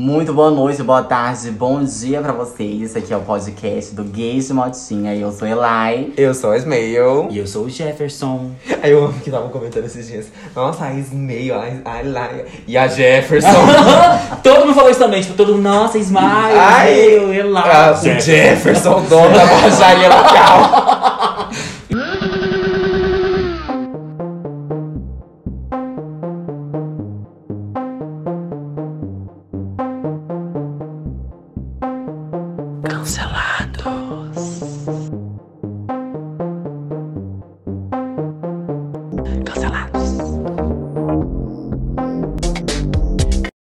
Muito boa noite, boa tarde, bom dia pra vocês. Aqui é o podcast do Gays de Motinha. Eu sou Elai. Eu sou a Smail. E eu sou o Jefferson. Aí eu amo que estavam comentando esses dias. Nossa, a Smail, a, a Laia e a Jefferson. Ah, todo mundo falou isso também, tipo, todo mundo, nossa, Smile, Ai, eu, eu Ah, lá. o Jefferson, dono da bajaria local.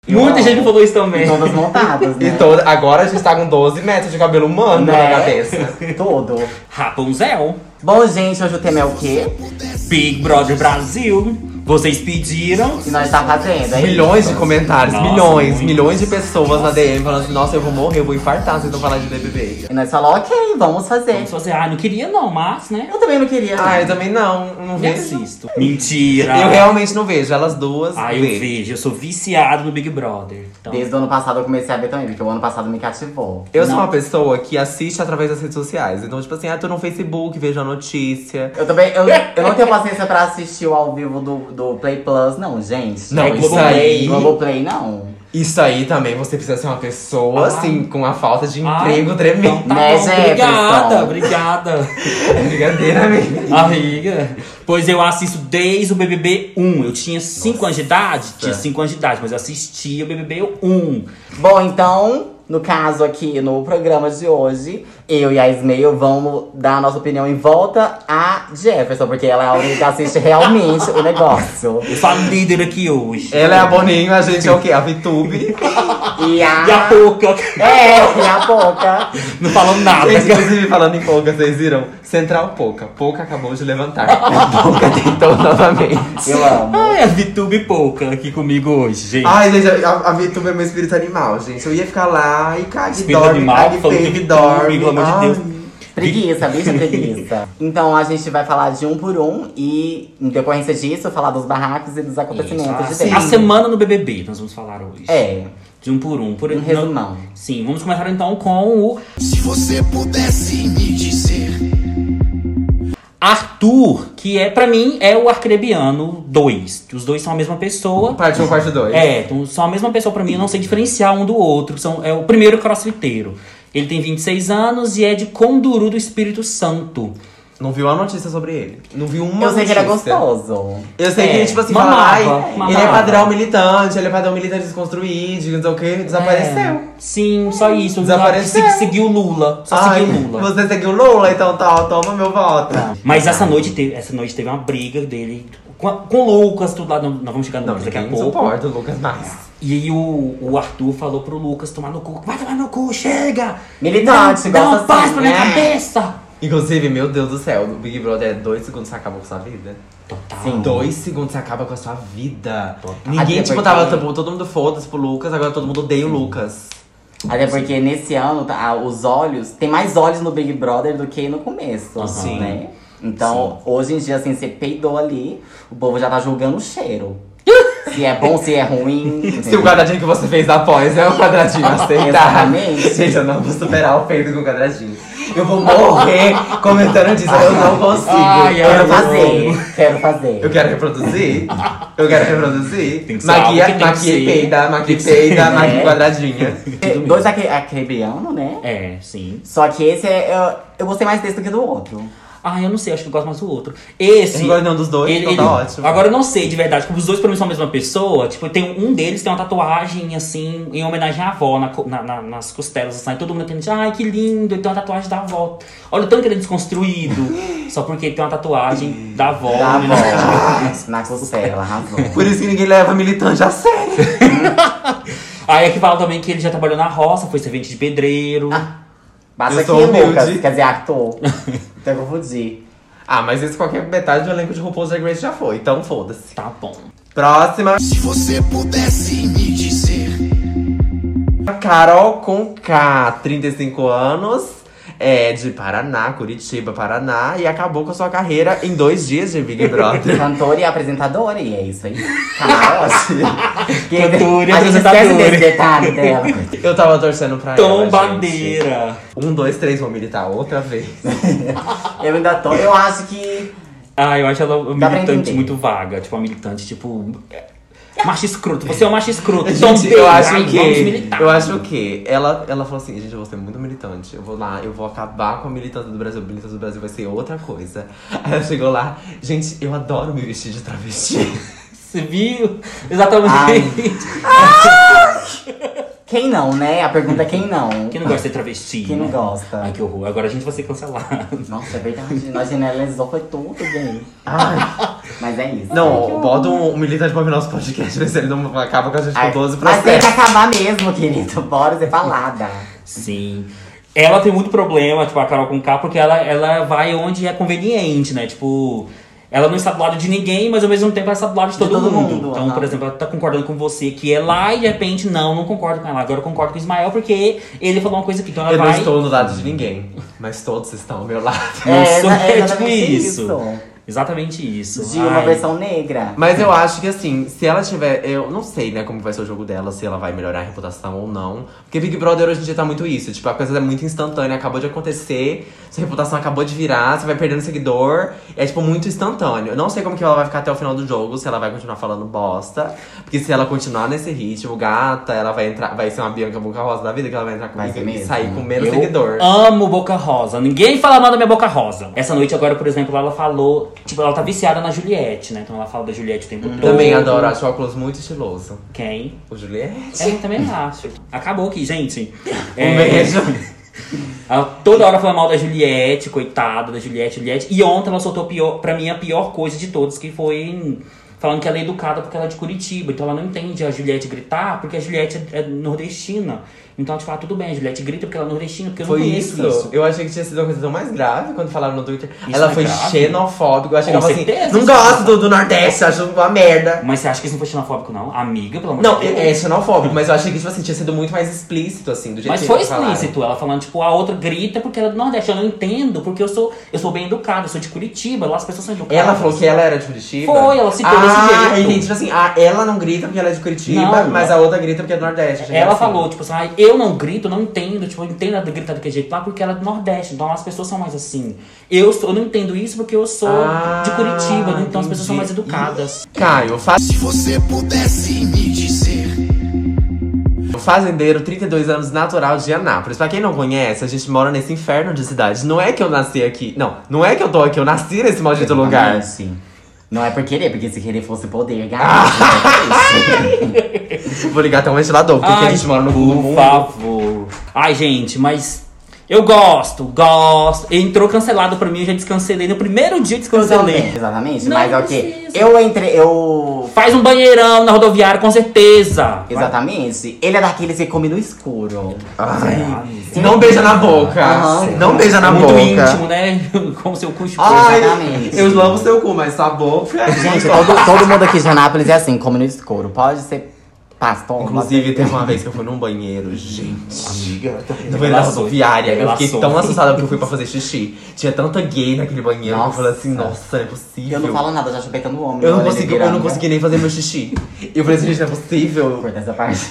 Muita gente falou E isso também. Então- todas montadas, né? E toda, agora a gente tá com 12 metros de cabelo humano Né? na cabeça. Todo. Rapunzel, Bom, gente, hoje o tema é o quê? Big Brother Brasil, vocês pediram. E nós tá fazendo, hein? Milhões de comentários, Nossa, milhões, muitos. milhões de pessoas na DM falando assim, nossa, eu vou morrer, eu vou infartar se não falar de BBB. E nós falamos, ok, vamos fazer. Se você, ah, não queria não, mas, né? Eu também não queria. Ah, eu também não, não Nem vejo. assisto. Mentira. Eu realmente não vejo, elas duas Ah, eu vejo. vejo, eu sou viciado no Big Brother. Então, Desde o ano passado eu comecei a ver também, porque o ano passado me cativou. Eu sou Não. uma pessoa que assiste através das redes sociais. Então, tipo assim, ah, tô no Facebook, vejo a notícia. Eu também, eu, eu não tenho paciência pra assistir o ao vivo do, do Play Plus, não, gente. Não, é isso Globoplay, aí- Globoplay, não. Isso aí também, você precisa ser uma pessoa, Ah. assim, com uma falta de Ah, emprego então tremenda. tá Né, bom, Jefferson? obrigada, obrigada. Brincadeira, amiga. Amiga, pois eu assisto desde o BBB 1. Eu tinha 5 anos de idade? Tinha 5 anos de idade, mas eu assistia o BBB 1. Bom, então, no caso aqui, no programa de hoje, eu e a Ismail vamos dar a nossa opinião em volta a Jefferson, porque ela é a única que assiste realmente o negócio. Eu sou a líder aqui hoje. Ela é a Boninho, a gente é o quê? A VTube. E E a a. pouca. É, e a Poca. Não falou nada. Gente, Inclusive, falando em pouca, vocês viram? Central Pouca. Pouca acabou de levantar. pouca tentou novamente. Eu amo. Ai, a Ah, é VTube pouca aqui comigo hoje, gente. Ai, gente, a, a VTube é meu espírito animal, gente. Eu ia ficar lá e cague Espírito dorme, animal, cague falando de teve, VTube, dorme. pelo amor de Ai. Deus. Preguiça, bicha preguiça. Então a gente vai falar de um por um e, em decorrência disso, falar dos barracos e dos acontecimentos de Isso. Ah, a dentro. semana no BBB, nós vamos falar hoje. Ah, É, De um por um. Por um não- resumão. Sim, vamos começar então com o Se você pudesse me dizer Arthur, que é, pra mim, é o Arcrebiano 2. Os dois são a mesma pessoa. Parte 1, parte 2. É, então são a mesma pessoa pra mim, eu não sei diferenciar um do outro. São, é o primeiro crossfiteiro. Ele tem 26 anos e é de Conduru do Espírito Santo. Não viu a notícia sobre ele. Não viu uma Eu sei que notícia. ele é gostoso. Eu sei que, É, tipo assim, mamava, fala, ai, ele é mamava. padrão militante, ele é padrão militante desconstruído, não sei o quê, desapareceu. É, sim, só isso. Desapareceu. Se- Seguiu Lula. Só Ai, seguiu Lula. Você seguiu Lula, então tá, ó, toma meu voto. Mas essa noite, teve, essa noite teve uma briga dele com, a- com o Lucas, tudo lá. Não, não vamos chegar no Não, Lucas daqui a ninguém pouco. suporta o Lucas mais. E aí o, o Arthur falou pro Lucas tomar no cu. Vai tomar no cu, chega! Militante, dá, dá gosta uma paz assim, pra minha né? cabeça! Inclusive, meu Deus do céu, o Big Brother é dois segundos você acaba com a sua vida. Total. Sim. Dois segundos você acaba com a sua vida. Total. Ninguém, Até tipo, porque- tava tipo, todo mundo foda-se pro Lucas, agora todo mundo odeia o Lucas. Até porque nesse ano, tá, ah, os olhos. Tem mais olhos no Big Brother do que no começo, Sim. né? Então, hoje em dia, assim, você peidou ali, o povo já tá julgando o cheiro. se é bom, se é ruim. Se o entendeu? quadradinho que você fez após é o quadradinho aceitável. Exatamente. Gente, eu não vou superar o peito com o quadradinho. Eu vou morrer comentando disso. Eu não consigo. Ai, eu, ai, Quero não consigo. fazer, quero fazer. Eu quero reproduzir. Eu quero reproduzir. Tem que ser algo que Maquia, tem que maquia e ser. peida, maquia e Tem que ser, peida, né? maquia e quadradinha. É, Dois aque- acrebiano, né? É, sim. Só que esse é. Eu, eu gostei mais desse do que do outro. Ah, eu não sei, acho que eu gosto mais do outro. Esse. Eu não gosto não dos dois, então tá ótimo. Agora eu não sei, de verdade, porque os dois pra mim são a mesma pessoa. Tipo, tem um deles tem uma tatuagem, assim, em homenagem à avó na, co- na- na- nas costelas, assim. Todo mundo entende, ai, que lindo, ele tem uma tatuagem da avó. Olha o tanto que ele é desconstruído. só porque ele tem uma tatuagem da avó. né? Da em homenagem à avó. Tá na costela, arrasou. Por isso que ninguém leva militante a sério. Aí é que fala também que ele já trabalhou na roça, foi servente de pedreiro. Ah. Basta Eu aqui, sou humilde. Lucas. Quer dizer, Arthur. Até confundi. Ah, mas isso qualquer metade do elenco de RuPaul's Drag Race já foi, então foda-se. Tá bom. Próxima. se você pudesse me dizer Carol com K, 35 anos. é, de Paraná, Curitiba, Paraná, e acabou com a sua carreira em dois dias de Big Brother. Cantora e apresentadora, e é isso aí. Camarote. Que- Cantora e a gente esquece apresentadora. desse detalhe dela. Eu tava torcendo pra Então, ela. gente. Tombadeira. Um, dois, três, vou militar outra vez. Eu ainda tô. Eu acho que. Ah, eu acho ela uma Dá pra militante entender. muito vaga. Tipo, uma militante, tipo. é, Macho escroto, você é um macho escroto. Ah. Gente, eu acho Vamos que. militar. Eu acho que. Ela, ela falou assim, gente, eu vou ser muito militante. Eu vou lá, eu vou acabar com a militância do Brasil. A militância do Brasil vai ser outra coisa. Aí ela chegou lá, gente, eu adoro me vestir de travesti. Você viu? Exatamente. Quem não, né? A pergunta é quem não. Quem não gosta de ser travesti? Quem não né? gosta? Ai, que horror. Agora a gente vai ser cancelado. Nossa, é verdade. Nós generalizou foi tudo, gente. Mas é isso. Não, bota um, um militante pra ouvir nosso podcast, ver se ele não acaba com a gente Ai, com 12 mas tem que processos. acabar mesmo, querido. Bora ser falada. Sim. Ela tem muito problema, tipo, a Carol com K, porque ela, ela vai onde é conveniente, né? Tipo, ela não está do lado de ninguém, mas ao mesmo tempo ela está do lado de todo, todo mundo. mundo, Então, aham. por exemplo, ela tá concordando com você que é lá e de repente, não, não concordo com ela. Agora eu concordo com o Ismael porque ele falou uma coisa aqui. Então ela Eu não vai. estou do lado de ninguém, mas todos estão ao meu lado. Não sou- exa- é, tipo exatamente isso. Exatamente isso. De uma Ai. versão negra. Mas eu acho que assim, se ela tiver. Eu não sei, né, como vai ser o jogo dela, se ela vai melhorar a reputação ou não. Porque Big Brother hoje em dia tá muito isso. Tipo, a coisa é muito instantânea, acabou de acontecer, sua reputação acabou de virar, você vai perdendo seguidor. É, tipo, muito instantâneo. Eu não sei como que ela vai ficar até o final do jogo, se ela vai continuar falando bosta. Porque se ela continuar nesse ritmo, gata, ela vai entrar. Vai ser uma Bianca Boca Rosa da vida, que ela vai entrar com Vai ser e mesmo. sair com menos Eu seguidor. Amo Boca Rosa. Ninguém fala mal da minha Boca Rosa. Essa noite agora, por exemplo, ela falou. Tipo, ela tá viciada na Juliette, né? Então ela fala da Juliette o tempo todo. Hum. Também adoro, acho o óculos muito estiloso. Quem? O Juliette. É, eu também acho. Acabou aqui, gente. Um É, beijo. Ela toda hora fala mal da Juliette, coitada da Juliette, Juliette. E ontem ela soltou a pior, pra mim a pior coisa de todas, que foi falando que ela é educada porque ela é de Curitiba. Então ela não entende a Juliette gritar porque a Juliette é, é nordestina. Então ela te fala, tudo bem, a Juliette grita porque ela é nordestina, porque eu não Foi conheço isso. Eu achei que tinha sido uma coisa tão mais grave quando falaram no Twitter. Isso ela é foi grave? xenofóbica. Eu achei que Com ela falou assim: certeza. não gosto do, do Nordeste, acho uma merda. Mas você acha que isso não foi xenofóbico, não? Amiga, pelo amor Não, de Deus. é é xenofóbico, mas eu achei que tipo assim, tinha sido muito mais explícito, assim, do jeito Mas que foi eles falaram. explícito, ela falando, tipo, a outra grita porque ela é do Nordeste. Eu não entendo, porque eu sou, eu sou bem educada, eu sou de Curitiba, lá as pessoas são educadas. Ela falou que ela era de Curitiba? Foi, ela citou ah, desse jeito. entendi. Tipo assim, ah, ela não grita porque ela é de Curitiba, Não, mas a ela- outra grita porque é do Nordeste. Achei que era Ela assim. falou, tipo assim, ah, eu não grito, não entendo, tipo, eu entendo ela gritar daquele jeito lá porque ela é do Nordeste, então as pessoas são mais assim. Eu, sou- eu não entendo isso porque eu sou Ah, de Curitiba, né? então as pessoas são mais entendi. educadas. Caio, fa Se você pudesse me dizer, Fazendeiro, 32 anos, natural de Anápolis. Pra quem não conhece, a gente mora nesse inferno de cidade. Não é que eu nasci aqui. Não, não é que eu tô aqui, eu nasci nesse maldito lugar. Exatamente. Ah, Não é por querer, porque se querer fosse poder, é garota. Vou ligar até um ventilador, porque Ai, a gente mora no por mundo. favor. Ai, gente, mas. Eu gosto, gosto. Entrou cancelado pra mim, eu já descancelei. No primeiro dia descancelei. Exatamente, Não mas é o quê? precisa. Eu entrei. Eu. Faz um banheirão na rodoviária, com certeza. Exatamente. Ele é daqueles que come no escuro. Sim. Não beija na boca. Aham. Não beija na Muito boca. íntimo, né? Com seu cuscuz. Ai, Exatamente. eu amo seu cu, mas sua boca. é Gente, todo, todo mundo aqui de Anápolis é assim, come no escuro. Pode ser pastor. Inclusive, teve uma vez que eu fui num banheiro, gente. Amiga, No banheiro da rodoviária. Eu fiquei Revelações. tão assustada porque eu fui pra fazer xixi. Tinha tanta gay naquele banheiro que eu falei assim, Nossa. nossa, não é possível. eu não falo nada, já chupetando o homem. Eu não, olha ele consegui, eu não virando. consegui nem fazer meu xixi. Eu falei assim, gente, não é possível. Corta essa parte.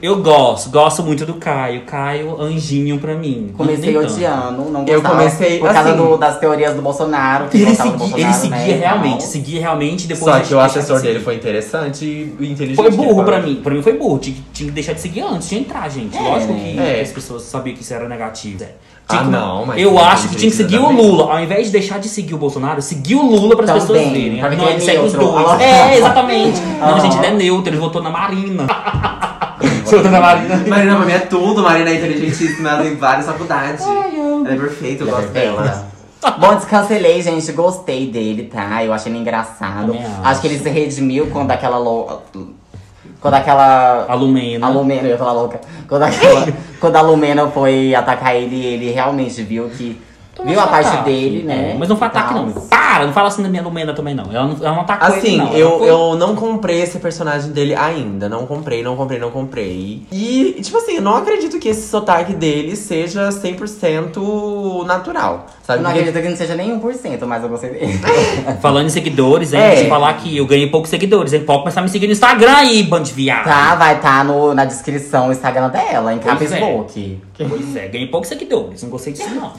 Eu gosto, gosto muito do Caio. Caio, anjinho pra mim. Comecei Nem tanto. odiando, não gostava. Então, Eu comecei, Por causa assim- do- das teorias do Bolsonaro. que Ele, gostava do segui, ele Bolsonaro, seguia né, e tal. realmente, seguia realmente. Depois Só eu que o deixava assessor de seguir. dele foi interessante e inteligente. Foi burro né? pra mim. Pra mim foi burro. Tinha, que- tinha que deixar de seguir antes, tinha que entrar, gente. Lógico que É. as pessoas sabiam que isso era negativo. Tinha Ah, que- não, mas Eu tem acho gente que tinha que que seguir o também. Lula. Ao invés de deixar de seguir o Bolsonaro, seguir o Lula pras Também, pessoas verem. pra ver Não, quem é ele segue os neutro. dois. É, exatamente. Não, Aham. gente, ele é neutro, ele votou na Marina. Você votou na Marina. Marina pra mim é tudo, Marina é inteligentíssima, ela tem várias faculdades. Ela é perfeita, eu Ela é gosto dela. perfeita. Bom, descancelei, gente. Gostei dele, tá? Eu achei ele engraçado. Também Acho. acho. que ele se redimiu quando aquela lou- Quando aquela. Alumena. A Lumena, eu ia falar louca. Quando, aquela, quando a Lumena foi atacar ele, ele realmente viu que Tomou Viu um a parte ataque. dele, né? É, Mas não foi E tal. ataque, não. Para! Não fala assim da minha Lumena também, não. Ela não, ela não atacou ele, Assim, não. Ela eu, foi- eu não comprei esse personagem dele ainda. Não comprei, não comprei, não comprei. E, tipo assim, eu não acredito que esse sotaque dele seja 100% natural. Sabe? Eu não Porque- acredito que não seja nem 1%, mas eu gostei dele. Falando em seguidores, hein? É. Se falar que eu ganhei poucos seguidores, hein? Pode começar a me seguir no Instagram aí, bando de viado. tá, vai estar no na descrição o Instagram dela, em Pois Caps é. Book. Pois é, ganhei poucos seguidores. Não gostei disso, não.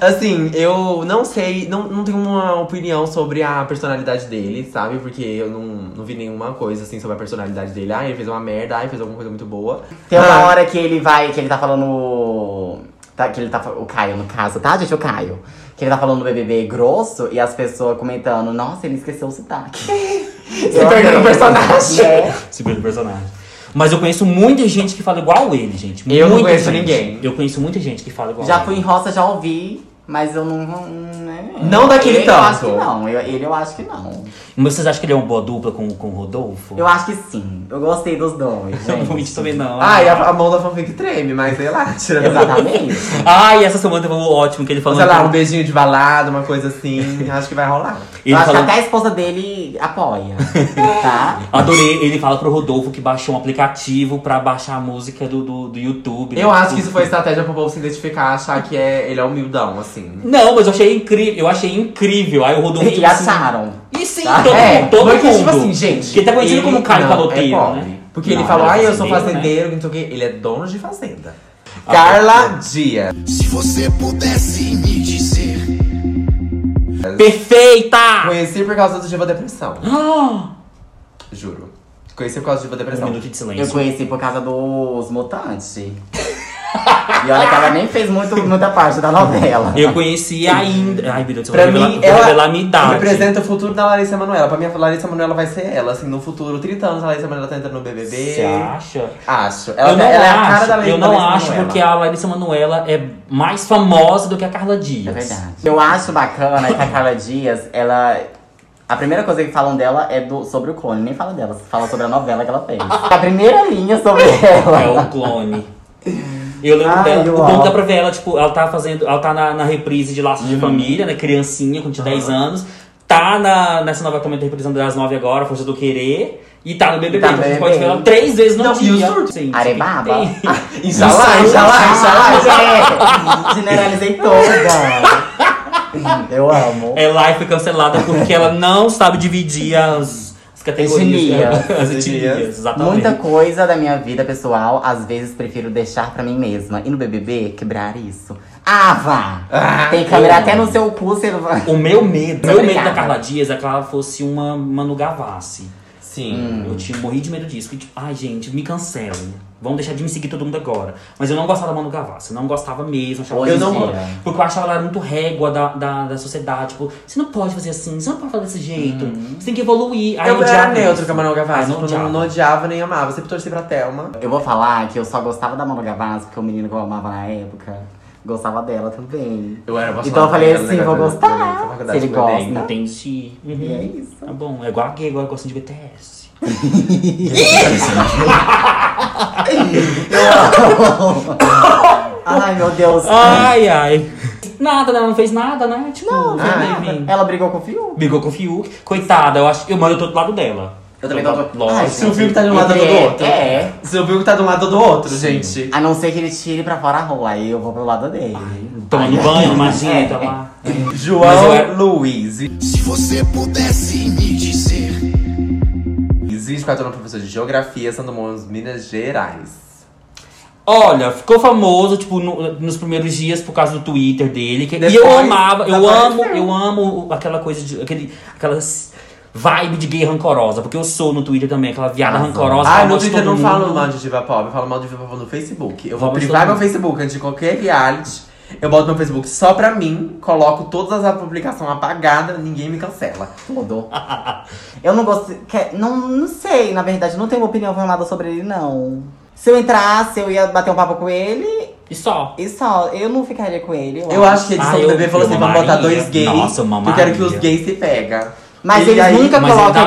Assim, eu não sei, não, não tenho uma opinião sobre a personalidade dele, sabe? Porque eu não, não vi nenhuma coisa assim sobre a personalidade dele. Ah, ele fez uma merda, ah, ele fez alguma coisa muito boa. Tem uma Ah. hora que ele vai, que ele tá falando. tá- que ele tá, fa- o Caio, no caso, tá, gente? O Caio. Que ele tá falando do BBB grosso e as pessoas comentando: Nossa, ele esqueceu o sotaque. Se perdeu no personagem. Se perdeu o personagem. Mas eu conheço muita gente que fala igual ele, gente. Eu não Muita conheço gente. ninguém. Eu conheço muita gente que fala igual Já ele. fui em roça, já ouvi, mas eu não. Né? Não daquele ele, Eu tanto. acho que não, eu- ele eu acho que não. Mas vocês acham que ele é uma boa dupla com, com o Rodolfo? Eu acho que sim. Eu gostei dos dois. não gente. muito também não. Ah, e a, a mão da fanfic treme, mas sei lá, tirando Exatamente. Ai, essa semana tava ótimo que ele falou. Sei lá, um beijinho de balada, uma coisa assim, acho que vai rolar. Eu Ele acho falou- que até a esposa dele apoia. tá? Adorei, ele fala pro Rodolfo que baixou um aplicativo pra baixar a música do, do, do YouTube. né? Eu acho que isso foi estratégia pro povo se identificar, achar que é, ele é humildão, assim. Não, mas eu achei incrível, eu achei incrível. Aí o Rodolfo. E tipo assim, acharam. E sim, Tá? todo, é, mundo, todo porque, mundo. tipo assim, gente. Porque ele tá conhecido ele como um cara não, caloteiro, é né?" pobre. né? Porque ele Não, falou, ele é ai, eu sou fazendeiro, fazendeiro, que não sei o quê. Ele é dono de fazenda. Ah, Carla Dias. Se você pudesse me dizer, Perfeita! Conheci por causa do Diva Depressão, Ah! juro. Conheci por causa do Diva Um Depressão. minuto de silêncio. Eu conheci por causa dos mutantes. e olha que ela nem fez muito, muita parte da novela. Eu conheci ainda. Ai, meu Deus, eu Pra vou revelar, mim, vou revelar ela a minha idade. representa o futuro da Larissa Manoela. Pra mim, a Larissa Manoela vai ser ela, assim, no futuro. 30 anos a Larissa Manoela tá entrando no BBB. Você acha? Acho. Ela, eu não ela é a acho, cara da Larissa eu não Larissa acho Manoela. porque a Larissa Manoela é mais famosa do que a Carla Dias. É verdade. Eu acho bacana que a Carla Dias, ela. A primeira coisa que falam dela é do, sobre o clone, nem fala dela, fala sobre a novela que ela fez. A primeira linha sobre É o ela. clone. Eu lembro Ai, dela. eu O bom amo. Uhum. dá pra ver ela, tipo, ela tá fazendo. Ela tá na, na reprise de Laços de Família, né? Criancinha, com 10 anos. Tá na, nessa nova também tá reprisando das 9 agora, Força do Querer. E tá no BBB. Tá então no a gente BBB. pode ver ela três vezes no Não, e o dia. surto? Sim, Arebaba? é tem- Inxalá, inxalá, inxalá. inxalá. é. Generalizei toda. Eu amo. É lá e foi cancelada porque ela não sabe dividir as, as categorias. Etnias. as Etnias. etnias, exatamente. Muita coisa da minha vida pessoal, às vezes prefiro deixar pra mim mesma. E no BBB, quebrar isso. Ah, vá! Tem Ah, câmera até no seu cu, você não vai. O meu medo, meu medo Obrigada. da Carla Dias é que ela fosse uma Manu Gavassi. Sim. Hum, Eu tinha morri de medo disso. Porque, tipo, ai, gente, me cancelem. Vão deixar de me seguir todo mundo agora. Mas eu não gostava da Manu Gavassi. Eu não gostava mesmo. Achava Hoje eu em não, dia. porque eu achava ela muito régua da, da, da sociedade. Tipo, você não pode fazer assim, você não pode falar desse jeito. Você tem que evoluir. Aí Eu era odiava neutro isso. com a Manoel Gavassi. Eu não Tipo, odiava. não, não odiava nem amava. Sempre torci pra Thelma. Eu vou falar que eu só gostava da Manu Gavassi, porque o menino que eu amava na época gostava dela também. Eu era Então eu falei assim, vou é gostar. Se ele gosta. Entendi. Uhum. E é isso. Tá bom, é igual a gay, agora gosta de BTS. Ai, meu Deus. Ai, ai. Uhum. Nada, né? Ela não fez nada, né? Tipo, Não não, tem nada. Ela brigou com o Fiuk. Brigou com o Fiuk. Coitada, eu acho. Eu, mano, eu tô do lado dela. Eu também tô do- Lógico. Ai, Se o Fiuk tá de um lado, eu tô do outro. É. Se o Fiuk tá de um lado, eu tô do outro, gente. A não ser que ele tire pra fora a rola, aí eu vou pro lado dele. um Tomando banho, imagina, É. tá lá. Mas eu João era- Luiz. se você pudesse me dizer, Existe quatro anos professor de geografia, Santo Mons, Minas Gerais. Olha, ficou famoso, tipo, no- nos primeiros dias por causa do Twitter dele. que- e eu Depois, amava, eu amo, desapareceu. eu amo aquela coisa de. Aquele, aquela s- vibe de gay rancorosa. Porque eu sou no Twitter também, aquela viada rancorosa. ah, fala no mal de Twitter todo não mundo. falo mal de Diva Pop, eu falo mal de Diva Pop no Facebook. Eu vou Vamos privar todo meu Facebook antes de qualquer reality. Eu boto meu Facebook só pra mim, coloco todas as publicações apagadas, ninguém me cancela. Tudo. é, eu não gostei. que- não, não sei, na verdade, não tenho opinião formada sobre ele, não. Se eu entrasse, eu ia bater um papo com ele E só. e só. Eu não ficaria com ele. Eu acho que a edição Ah, do eu- bebê falou eu assim: vamos botar mamaria. dois gays. Nossa, eu eu quero que os mamaria. gays se pegam. Mas E eles aí- nunca mas ele colocam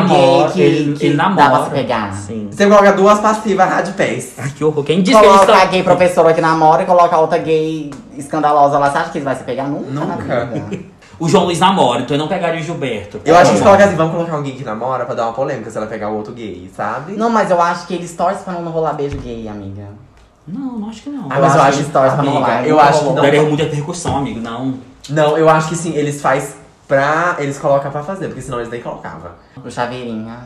gay namora, que, ele- que ele dá namora. pra se pegar. né? Sim. Você coloca duas passivas rádio pés. Ai, que horror. Quem disse que eles Coloca estão... a gay professora que namora e coloca a outra gay escandalosa lá. Você acha que eles vão se pegar? Nunca. na Nunca. vida. O João Luiz namora, então eu não pegaria o Gilberto. Eu acho que eles Não. colocam assim, vamos colocar alguém que namora pra dar uma polêmica se ela pegar o outro gay, sabe? Não, mas eu acho que eles torcem pra não rolar beijo gay, amiga. Não, não acho que não. Ah, mas eu acho tá que- stories pra amiga, rolar, Eu nunca acho que rolou. não. Daria muita repercussão, amigo, não. Não, eu acho que sim, eles faz pra. Eles colocam pra fazer, porque senão eles nem colocavam. O chaveirinha.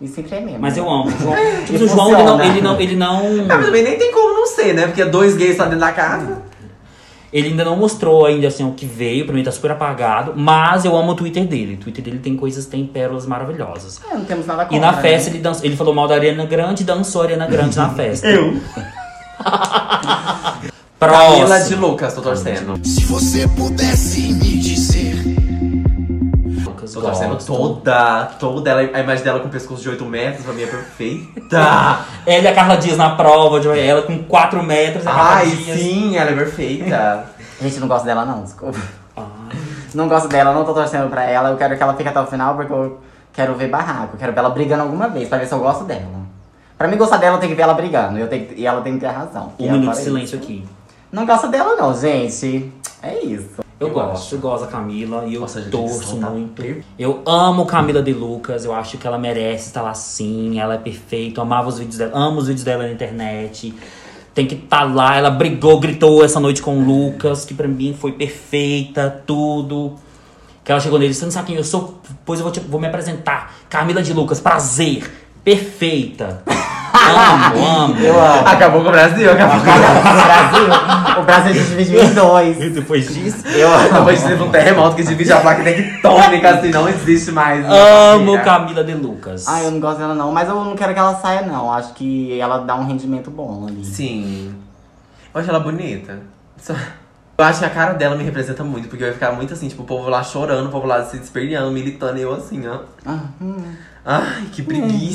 Isso é entre mesmo. Hum. Mas eu amo. o João, tipo, E o João, ele não, funciona. ele não, ele Ah, mas não, também nem tem como não ser, né? Porque dois gays tá dentro da casa. ele ainda não mostrou ainda assim o que veio, pra mim tá super apagado, mas eu amo o Twitter dele. O Twitter dele tem coisas, tem pérolas maravilhosas. É, não temos nada contra. E na né? festa ele dançou, ele falou mal da Ariana Grande, dançou a Ariana Grande na festa. Eu. Camila de Próximo. Lucas, tô torcendo. Se você pudesse me dizer, Lucas, Tô torcendo gosto. toda, toda ela, a imagem dela com o pescoço de 8 metros, pra mim é perfeita. Ela e a Carla Dias na prova, de ela com 4 metros, a Carla Ai, Dias. sim, ela é perfeita. Gente, não gosto dela, não, desculpa. Ai. Não gosto dela, não tô torcendo pra ela. Eu quero que ela fique até o final porque eu quero ver barraco. Eu quero ver ela brigando alguma vez pra ver se eu gosto dela. Pra mim gostar dela, eu tenho que ver ela brigando. Eu tenho que- E ela tem que ter razão. E Um ela minuto fala de silêncio isso. aqui. Não gosto dela, não, gente. É isso. Eu, Eu gosto, acho. eu gosto da Camila e eu Nossa, gente, torço edição tá muito. per- Eu amo Camila de Lucas, eu acho que ela merece estar lá sim, ela é perfeita, eu amava os vídeos dela, amo os vídeos dela na internet. Tem que estar lá, ela brigou, gritou essa noite com o Lucas, que pra mim foi perfeita, tudo. Que ela chegou nele, você não sabe quem eu sou, pois eu vou, te- vou me apresentar. Camila de Lucas, prazer, perfeita. amo, amo. Eu amo. acabou com o Brasil, acabou com o Brasil. O Brasil, o Brasil é se dividiu em dois. E depois disso, Eu amo. Depois teve um terremoto que divide a placa tectônica, assim, não existe mais. amo Camila de Lucas. Ah, Ai, eu não gosto dela, não. Mas eu não quero que ela saia, não. Acho que ela dá um rendimento bom ali. Sim. Eu acho ela bonita. Só- Eu acho que a cara dela me representa muito, porque eu ia ficar muito assim, tipo, o povo lá chorando, o povo lá se desperdiando, militando, e eu assim, ó. Ah, hum. Ai, que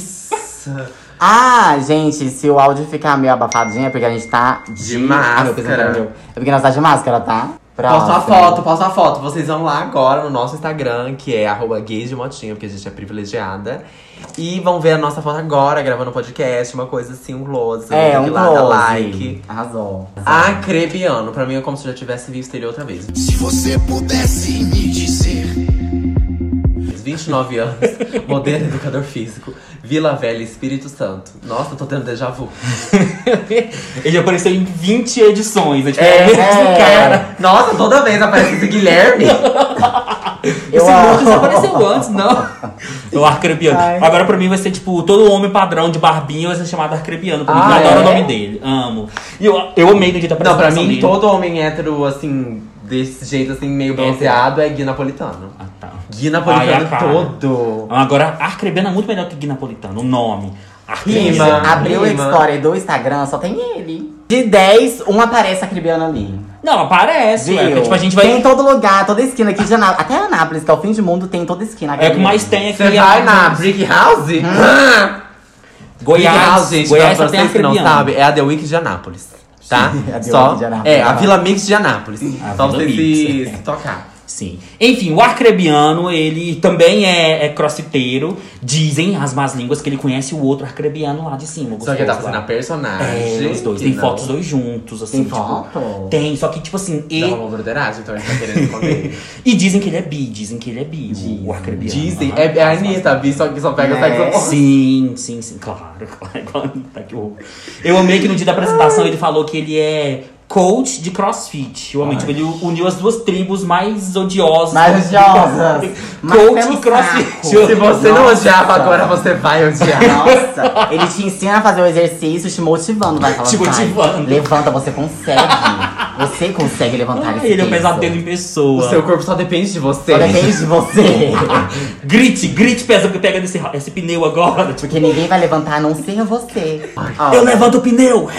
preguiça. Ah, gente, se o áudio ficar meio abafadinho é porque a gente tá de, De máscara. Ah, meu peso não tá meu. É porque nós tá de máscara, tá? Posso a Próximo. foto, posso a foto. Vocês vão lá agora no nosso Instagram, que é arroba gays de motinha, porque a gente é privilegiada. E vão ver a nossa foto agora, gravando um podcast, uma coisa assim, um close. É, clique um lá, close. dá like. Arrasou. Acrebiano, pra mim é como se eu já tivesse visto ele outra vez. se você pudesse me dizer, 29 anos, modelo educador físico, Vila Velha, Espírito Santo. Nossa, tô tendo déjà vu. Ele apareceu em 20 edições, né? Tipo, É, é, o mesmo é. cara. Nossa, toda vez aparece esse Guilherme. Eu Esse Lucas amo. apareceu antes, não. O Arcrebiano. Ai. Agora pra mim vai ser tipo, todo homem padrão de barbinha vai ser chamado Arcrebiano. Pra mim, Ah, eu adoro é? o nome dele. Amo. E eu, eu amei do jeito da Não, pra apresentação mim, dele. todo homem hétero, assim, desse jeito, assim, meio bronzeado, é Gui Napolitano. Ah, tá. Gui Ai, Napolitano a cara. todo. Agora, Arcrebiano é muito melhor que Gui Napolitano, o nome. Gente, Rima. Arcrebiano. abriu a Rima. história do Instagram, só tem ele. De 10, um aparece a Cribiana ali. Não, aparece, Viu? ué. Porque, tipo, a gente vai. Tem em todo lugar, toda esquina aqui de Anápolis. Até Anápolis, que é o fim de mundo, tem em toda esquina. a É o que Cribiana. mais tem aqui. Você é vai na Brick House? Brick Goiás, House, gente, Goiás pra só tem vocês que não Arcrebiano. sabem, é a The Week de Anápolis. Tá? É a The Só, Week de Anápolis. é, a Vila Mix de Anápolis. A Só Vila vocês se, Mix. se tocar. Sim. Enfim, o arcrebiano, ele também é, é crossfiteiro. Dizem as más línguas que ele conhece o outro arcrebiano lá de cima. Só que eu gostoso tava lá. sendo a personagem. É, os dois. que Tem não- fotos dos dois juntos, assim. Tem tipo, foto? Tem, só que, tipo assim, Dá e, uma broderagem, então ele tá querendo esconder. e dizem que ele é bi, dizem que ele é bi, o Né? arcrebiano. Dizem, Aham. é, é a Anitta, a Bi, só que só pega É. sexo. Sim, sim, sim, claro, claro, igual a Anitta, que horror. Eu amei que no dia da apresentação ele falou que ele é coach de crossfit. Eu amei, tipo, ele uniu as duas tribos mais odiosas. Mais odiosas. Mas coach pelo e crossfit. Ah, saco. Se você não Nossa. odiava agora, você vai odiar. Nossa, ele te ensina a fazer o exercício te motivando, vai falar Te "Vai, motivando." Levanta, você consegue. Você consegue levantar esse Ai, ele é um tá peso. pesadelo em pessoa. Ah, O seu corpo só depende de você. Só depende de você. Grite, grite, pesa que pega nesse ra- esse pneu agora. Tipo, Porque ninguém vai levantar a não ser você. Ó, eu levanto o pneu!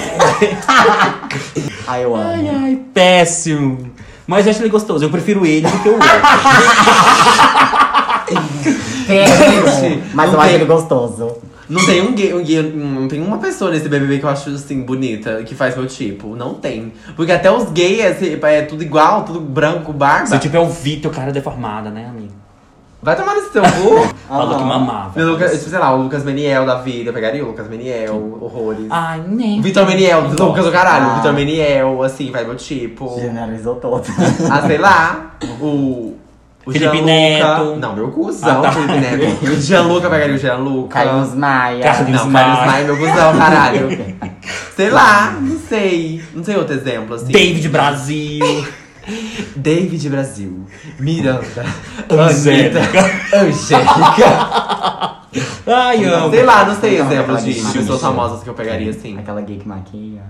Ai, eu amo. Ai, ai, péssimo. Mas eu acho ele gostoso. Eu prefiro ele do que o outro. Péssimo. Mas não eu acho tem- ele gostoso. Não tem um gay, um gay- um- não tem uma pessoa nesse BBB que eu acho assim bonita, que faz meu tipo. Não tem. Porque até os assim, gays é, é tudo igual, tudo branco, barba. Seu tipo é o Vitor, cara deformada, né, amigo? Vai tomar nesse teu cu. Falou que mamava. Meu Lucas, tipo, sei lá, o Lucas Meniel da vida, eu pegaria o Lucas Meniel, horrores. Ai, né? Vitor Meniel, Nossa. Lucas do caralho, Ah. Vitor Meniel, assim, vai meu tipo. Generalizou todo. Ah, sei lá, o. O Felipe Gianluca- Neto. Não, meu cuzão, Ah, tá. Felipe Neto. O Gianluca pegaria o Gianluca. Carlinhos Maia. Carlinhos Não, Maia. Carlos Maia, meu cuzão, caralho. Sei lá, não sei. Não sei outro exemplo, assim. David Brasil. David Brasil. Miranda. Angélica. Anitta, Angélica. Ai, amo. Sei lá, não sei Não, exemplos de é aquela um pessoas bicha. famosas que eu pegaria, assim. Aquela gay que maquia.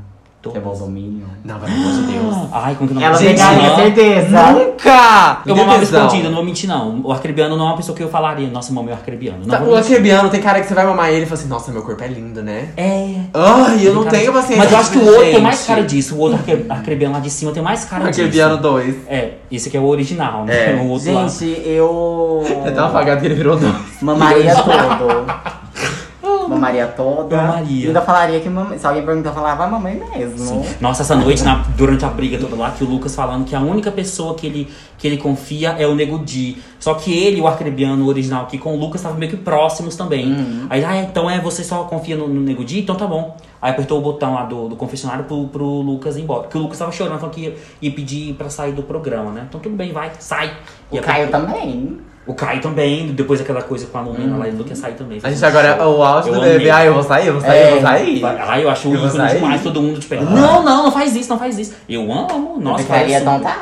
Que é Todas. bolsominion. Não, pelo amor de Deus. Ai, como que não Ela Gente, pegaria, não. certeza. Nunca! Eu mamava Detesão. escondida, não vou mentir, não. O arcrebiano não é uma pessoa que eu falaria. Nossa, mamãe é arcrebiano. Não Tá, vou O mentir. Achebiano tem cara que você vai mamar ele e fala assim, nossa, meu corpo é lindo, né? É. Ai, eu não Tem cara tenho de- paciência. Mas eu acho que o pra outro tem gente. mais cara disso. O outro arque- arcrebiano lá de cima tem mais cara disso. Achebiano 2. É, esse aqui é o original, né? É. O outro lá. Gente, eu. É tão afagado que ele virou 2. Mamaria todo. Mamaria toda. Oh. Mamaria. Ainda falaria que mamãe. Se alguém perguntar, eu falava "Ah, mamãe mesmo. Nossa, essa noite, na- durante a briga toda lá, que o Lucas falando que a única pessoa que ele, que ele confia é o Nego Di. Só que ele, o arcrebiano original aqui, com o Lucas, estavam meio que próximos também. Uhum. Aí, ah, então é, você só confia no, no Nego Di? Então tá bom. Aí apertou o botão lá do, do confessionário pro, pro Lucas ir embora. Porque o Lucas tava chorando, falando que ia, ia pedir pra sair do programa, né? Então tudo bem, vai, sai. E O apertou- Caio também. O Caio também, depois daquela coisa com a Lumena lá, ele não quer sair também. A gente agora é o auge Eu do bebê. amei. Ai, eu vou sair, eu vou sair, É. eu vou sair. Ah, eu acho Eu vou ícone sair. demais, todo mundo, tipo, não, não, não faz isso, não faz isso. Eu amo, nossa, um eu ficaria faz isso. então tá.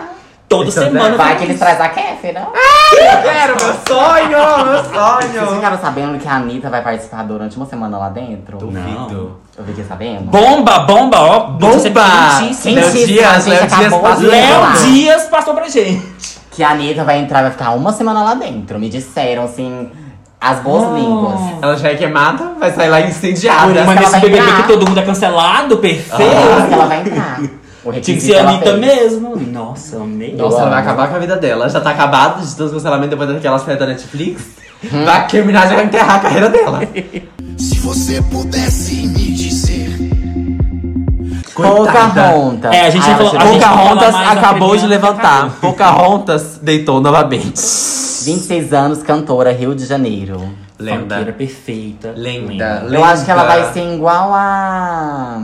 Toda Então, Vai semana. faz que eles isso. trazem a Kéfera. Eu quero, meu sonho, meu Vocês sonho. ficaram sabendo que a Anitta vai participar durante uma semana lá dentro? Duvido. Eu fiquei sabendo. Bomba, bomba, ó. Notícia quentíssima. Léo Quentíssima, Dias, gente, Léo acabou Dias de passou. revelar. Léo Dias passou pra gente. Que a Anitta vai entrar e vai ficar uma semana lá dentro. Me disseram, assim, as boas Nossa. línguas. Ela já é queimada, vai sair lá Por incendiada. isso Ah, Mas ela nesse vai BBB entrar. que todo mundo é cancelado, perfeito. Fez que ela vai entrar. O Tinha que requisito ser a ela Anitta fez. mesmo. Nossa, amei. Nossa, ela vai amo. acabar com a vida dela. Já tá acabado de tanto cancelamento depois daquela série da Netflix. Hum. Vai terminar, já vai enterrar a carreira dela. Se você pudesse me dizer, Pocahontas. É, a gente Aí ela falou- tirou a gente- Pocahontas fala mais acabou de africana que levantar. Pocahontas deitou novamente. 26 anos, cantora, Rio de Janeiro. Funkeira Lenda. perfeita. Lenda. Eu acho que ela vai ser igual a.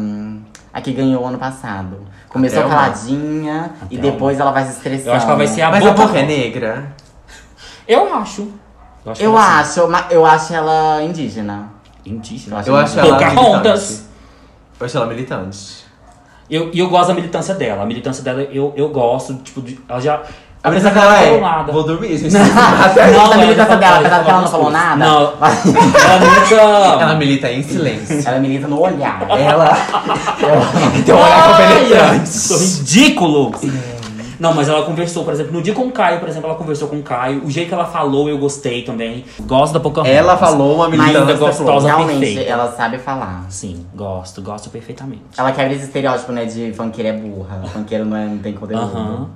a que ganhou ano passado. Começou Thelma. caladinha e Thelma. depois ela vai se estressando. Eu acho que ela vai ser a Mas a boca. boca é negra. Eu acho. que Eu ela vai ser acho, é assim. mas eu acho ela indígena. assim. Indígena. Eu acho ela militante. Pocahontas. Eu acho ela militante. E eu, e eu gosto da militância dela. A militância dela eu, eu gosto, tipo, de- ela já. A militância Apesar que ela tá dela não falou é. nada. Vou dormir, gente. Essa ela militância já falou- dela, apesar já que ela não falou falou algumas nada. coisas. Não, ela nunca. Ela milita em silêncio. Ela milita no olhar. Ela. Tem um olhar compenetrante. Isso é ridículo! Não, mas ela conversou, por exemplo, no dia com o Caio, por exemplo, ela conversou com o Caio. O jeito que ela falou, eu gostei também. Gosto da Pocahontas. Ela falou uma ainda militância gostosa. flor. Realmente, perfeita. ela sabe falar. Sim, gosto, gosto perfeitamente. Ela quebra esse estereótipo, né, de funkeira é burra. Funkeiro não, é, não tem conteúdo. Aham.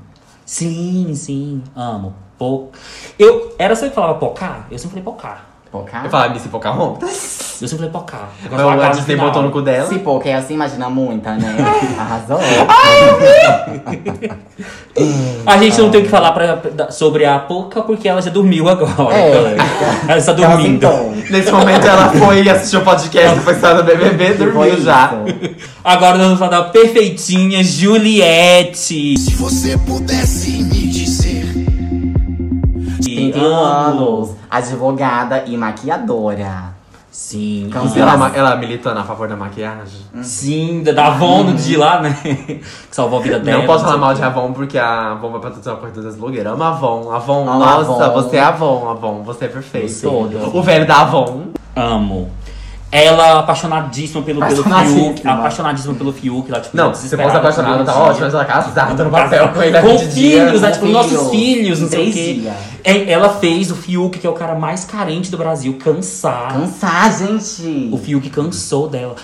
Sim, sim, amo. Po... Eu era só que falava Pocá? Eu sempre falei Pocá. Pocá? Eu falava Missy Pocahontas. Eu sempre falei Pocá. Eu Mas gostava o da Disney final. botou no cu dela. Se pouca é assim, imagina muita, né? Arrasou. A gente Ah. não tem o que falar pra- da- sobre a Poca porque ela já dormiu agora. É. Ela está Ela dormindo. sentou. Nesse momento ela foi assistir o podcast, foi sair do BBB, Foi dormiu isso. já. Agora nós vamos falar da perfeitinha Juliette. se você pudesse me dizer, então. 31 anos, advogada e maquiadora. Sim. Cansa- Ela, ma- ela militando a favor da maquiagem. Sim, da- da Avon do de lá, né? Que salvou a vida dela. não posso falar sei mal o de quê. Avon, porque a Avon vai patrocinar a Porta das blogueiras. Ama Avon, Avon, Ama nossa, Avon. você é Avon, Avon, você é perfeito. Você. O velho da Avon. Amo. Ela é apaixonadíssima pelo, pelo Apaixonadíssima. Fiuk. Apaixonadíssima pelo Fiuk. Ela, tipo, Não, você desesperada assim, pode se apaixonar, pelo tá Fiuk. ótimo, mas ela casada no papel com ele há Com 20 dias. filhos, né? Tipo, Com nossos filhos. filhos, não sei o Três quê. dias. É, Ela fez o Fiuk, que é o cara mais carente do Brasil, cansar. Cansar, gente. O Fiuk cansou dela.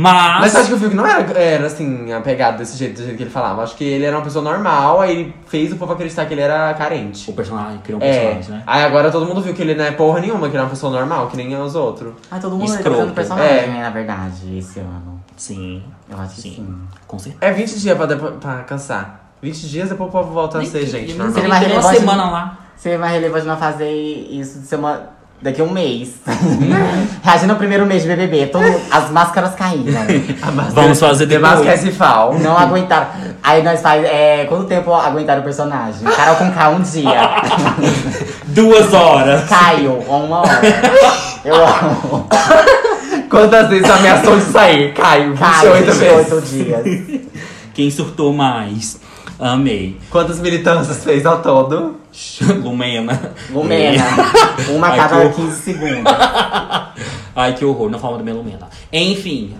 Mas. Mas tá eu acho que o Fiuk não era, era assim, apegado desse jeito, do jeito que ele falava. Acho que ele era uma pessoa normal, aí ele fez o povo acreditar que ele era carente. O personagem criou um É. personagem, né? Aí agora todo mundo viu que ele não é porra nenhuma, que ele é uma pessoa normal, que nem os outros. Ah, todo mundo Escroto. fazendo personagem, É. né, na verdade, esse ano. Sim. Eu acho que Sim. sim. Com certeza. É 20 dias pra, depo- pra cansar. 20 dias depois o povo volta a ser gente tá Ele normal. Ele vai tem uma relógio- semana lá. Você vai relevante não fazer isso de ser uma. Daqui a um mês. Reagindo ao primeiro mês de BBB, todo- as máscaras caíram. Vamos fazer The depois. Mask Fal. Não aguentaram. Aí nós faz. É, quanto tempo aguentaram o personagem? Carol com K um dia. Duas horas. Caio, uma hora. Eu amo. é. Quantas vezes ameaçou de sair? Então Caio, Caio, 28 vezes. 28 dias. Quem surtou mais? Amei. Quantas militâncias fez ao todo? Lumena. Lumena. Uma a Ai, cada que 15 segundos. Ai, que horror. Não fala do meu Lumena. Enfim,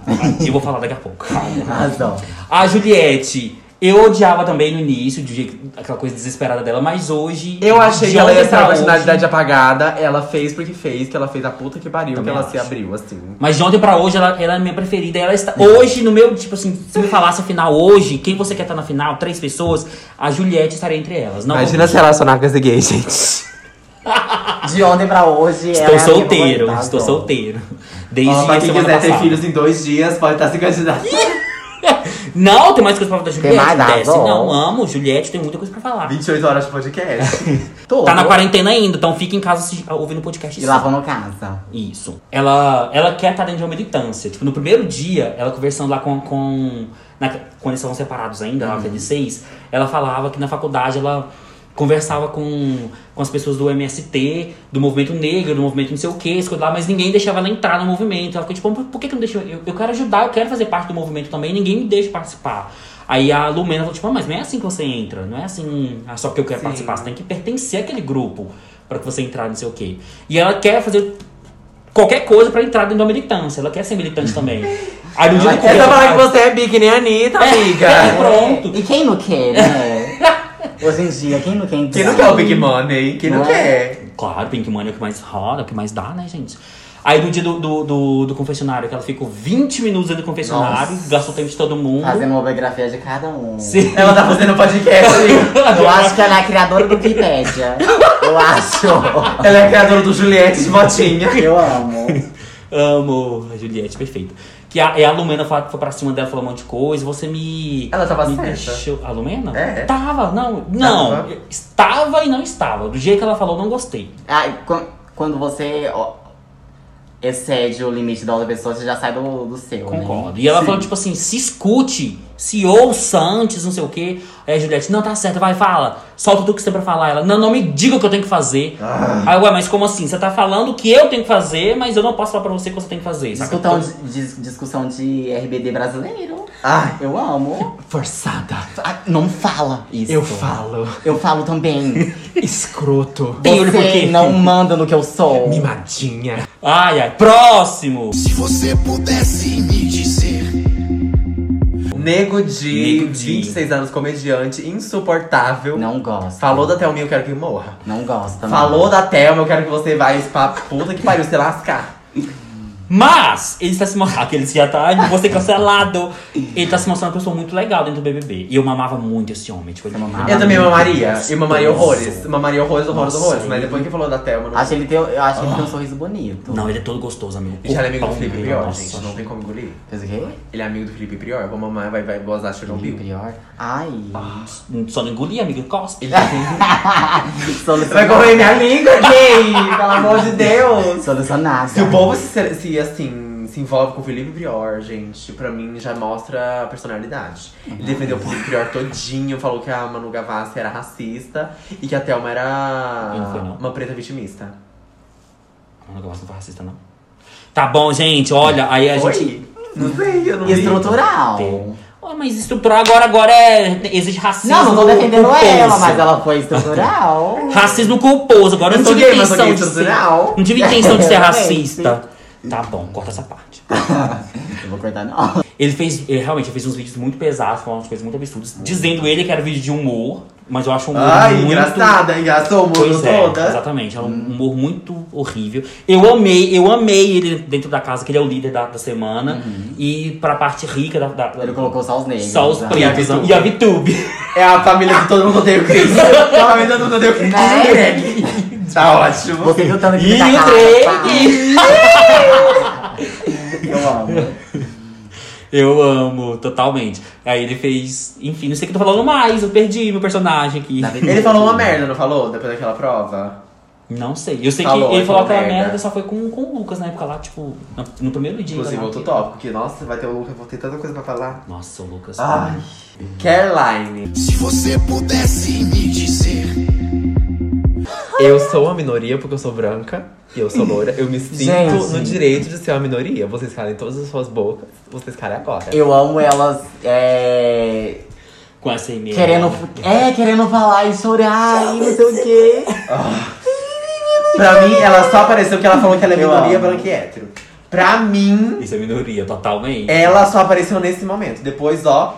eu vou falar daqui a pouco. Calma. Razão. A Juliette. Eu odiava também no início, do jeito- aquela coisa desesperada dela, mas hoje. Eu achei de que ela ia ontem ser pra a hoje- personalidade apagada. Ela fez porque fez, que ela fez a puta que pariu, que Também ela se acho. abriu, assim. Mas de ontem pra hoje ela, ela é a minha preferida. Ela está. Hoje, no meu, tipo assim, se me falasse a final hoje, quem você quer estar na final? Três pessoas, a Juliette estaria entre elas. Não, Imagina se relacionar com esse gay, gente. De ontem pra hoje. ela é Estou a minha solteiro, favorita, estou adoro. solteiro. Desde Ó, pra a quem semana quiser ter passada. filhos em dois dias, pode estar se candidatando. Não, tem mais coisa pra falar da Juliette. mais nada, Desce. ó. Não, amo. Juliette tem muita coisa pra falar. 28 horas de podcast. Tudo. Tá na quarentena ainda, então fica em casa assisti- ouvindo podcast. E lavando casa. Isso. Ela, ela quer estar dentro de uma militância. Tipo, no primeiro dia, ela conversando lá com. com na- quando eles estavam separados ainda, lá na 6, ela falava que na faculdade ela conversava com, com as pessoas do MST, do movimento negro, do movimento não sei o que, lá, mas ninguém deixava ela entrar no movimento. Ela ficou tipo, por, por que, que não deixa? Eu, eu quero ajudar, eu quero fazer parte do movimento também, ninguém me deixa participar. Aí a Lumena falou, tipo, "Ah, mas não é assim que você entra, não é assim ah, só porque eu quero Sim. participar, você tem que pertencer àquele grupo pra que você entrar, não sei o quê. E ela quer fazer qualquer coisa pra entrar dentro da militância. Ela quer ser militante também. Aí no dia do É só falar que congresso- você é bi, que nem a Anitta, É, amiga. pronto. E quem não quer, né? Hoje em dia, quem não quer então. entrar? Quem não quer o Big Money? Quem não Não é? quer? Claro, Pink Money é o que mais roda, é o que mais dá, né, gente? Aí no dia do, do, do, do confessionário, que ela ficou 20 minutos dentro do confessionário, gastou tempo de todo mundo. Fazendo uma biografia de cada um. Sim. Ela tá fazendo podcast. Eu acho que ela é a criadora do Wikipédia. Eu acho. Ela é a criadora do Juliette de Botinha. Eu amo. Amo a Juliette, perfeita. Que a, e a Lumena foi, foi pra cima dela, falou um monte de coisa. Você me. Ela tava me certa? deixou- A Lumena? É. Tava, não. Não. Tava. Estava e não estava. Do jeito que ela falou, não gostei. Ai, quan- quando você ó, excede o limite da outra pessoa, você já sai do, do seu. né? Concordo. E ela falou, tipo assim, se escute, se ouça antes, não sei o quê. Aí a Juliette, não, tá certo, vai, fala. Solta tudo que você tem pra falar. Ela, não, não me diga o que eu tenho que fazer. Ah. Aí, ué, mas como assim? Você tá falando que eu tenho que fazer, mas eu não posso falar pra você o que você tem que fazer. saca? Discutão um. de, dis- discussão de RBD brasileiro. Ai, Eu amo. forçada. Ah, Não fala isso. Eu falo. Eu falo também. Escroto. Tem olho por Você quê? não manda no que eu sou. Mimadinha. Ai, ai. Próximo! Se você pudesse me dizer, Nego de Nego Di. 26 anos, comediante, insuportável. Não gosto. Falou da Thelminha, eu quero que morra. Não gosta. não. Falou da Thelma, eu quero que você vá pra puta que pariu, se lascar. Mas ele está se mostrando. Aqueles que já tá. "Ai, Vou ser cancelado. Ele está se mostrando uma pessoa muito legal dentro do BBB. E eu mamava muito esse homem. Tipo, ele mamava. Eu também meu mamaria. Deus. Eu mamaria horrores. Mamaria horrores, horrores, Nossa, horrores. Mas ele- depois que falou da Thelma, eu não... Acho que ele tem, eu acho que ele Ah. tem um sorriso bonito. Não, ele é todo gostoso, amigo. Gente, ela é amigo do Pão Felipe dele, Prior, nossa. gente. Não tem como engolir. Fez o quê? Ele é amigo do Felipe Prior. Eu vou mamar, vai, vai, gozar, Chernobyl. Pior. Ai. Ah. Só não engolia, amigo. Cospe. Você vai comer minha língua, gay! Pelo amor de Deus! Solucionada. Se o povo se, se, assim, se envolve com o Felipe Prior, gente, pra mim já mostra a personalidade. Ele defendeu o Felipe Prior todinho, falou que a Manu Gavassi era racista e que a Thelma era Ele não foi, não. uma preta vitimista. Não, eu gosto, não foi racista, não. Tá bom, gente. Olha, aí a Foi? gente. Não sei, eu não vi. Estrutural. Ó, mas estrutural agora, agora é. Existe racismo. Não, não tô defendendo culposo. ela, mas ela foi estrutural. Racismo culposo. Agora eu não Eu sou tive gay, mas sou intenção gay de ser. estrutural. Não tive intenção de ser Eu também, racista. Tá bom, corta essa parte. Eu vou cortar, não. Ele fez, ele realmente fez uns vídeos muito pesados, falando umas coisas muito absurdas, dizendo ele que era um vídeo de humor, mas eu acho um humor Ai, muito engraçada, engraçou o mundo Pois é, toda. exatamente, é um Hum. humor muito horrível. Eu amei, eu amei ele dentro da casa, que ele é o líder da, da semana. Uhum. E pra parte rica da. da- Ele colocou só os negros. só os né? E a pretos. Vitube. E a Vitube. É a família que todo mundo odeia o Cris. É a família que todo mundo odeia o Cris. é Né? Tá ótimo. Você viu o tanto de E tá vida o cara, trem. pá. Eu amo. Eu amo, totalmente. Aí ele fez. Enfim, não sei o que eu tô falando mais, eu perdi meu personagem aqui. Tá Na verdade- Ele falou uma merda, não falou? Depois daquela prova. Não sei. Eu sei Falou, que ele ele falou falou aquela merda. merda, só foi com, com o Lucas na época lá, tipo, no, no primeiro dia. Inclusive, lá. outro assim, tópico, que nossa, vai ter o Lucas, vou ter tanta coisa pra falar. Nossa, o Lucas. Ai. Caroline. Se você pudesse me dizer, Eu sou uma minoria porque eu sou branca e eu sou loira. Eu me sinto Gente. no direito de ser uma minoria. Vocês calem todas as suas bocas, vocês calem agora. Eu amo elas é, Com essa e-mail. querendo. É, querendo falar e chorar e não sei o quê. Pra mim, ela só apareceu que ela falou que ela é Eu minoria amo. branca e hétero. Pra mim, Isso é minoria, totalmente. ela só apareceu nesse momento. Depois, ó,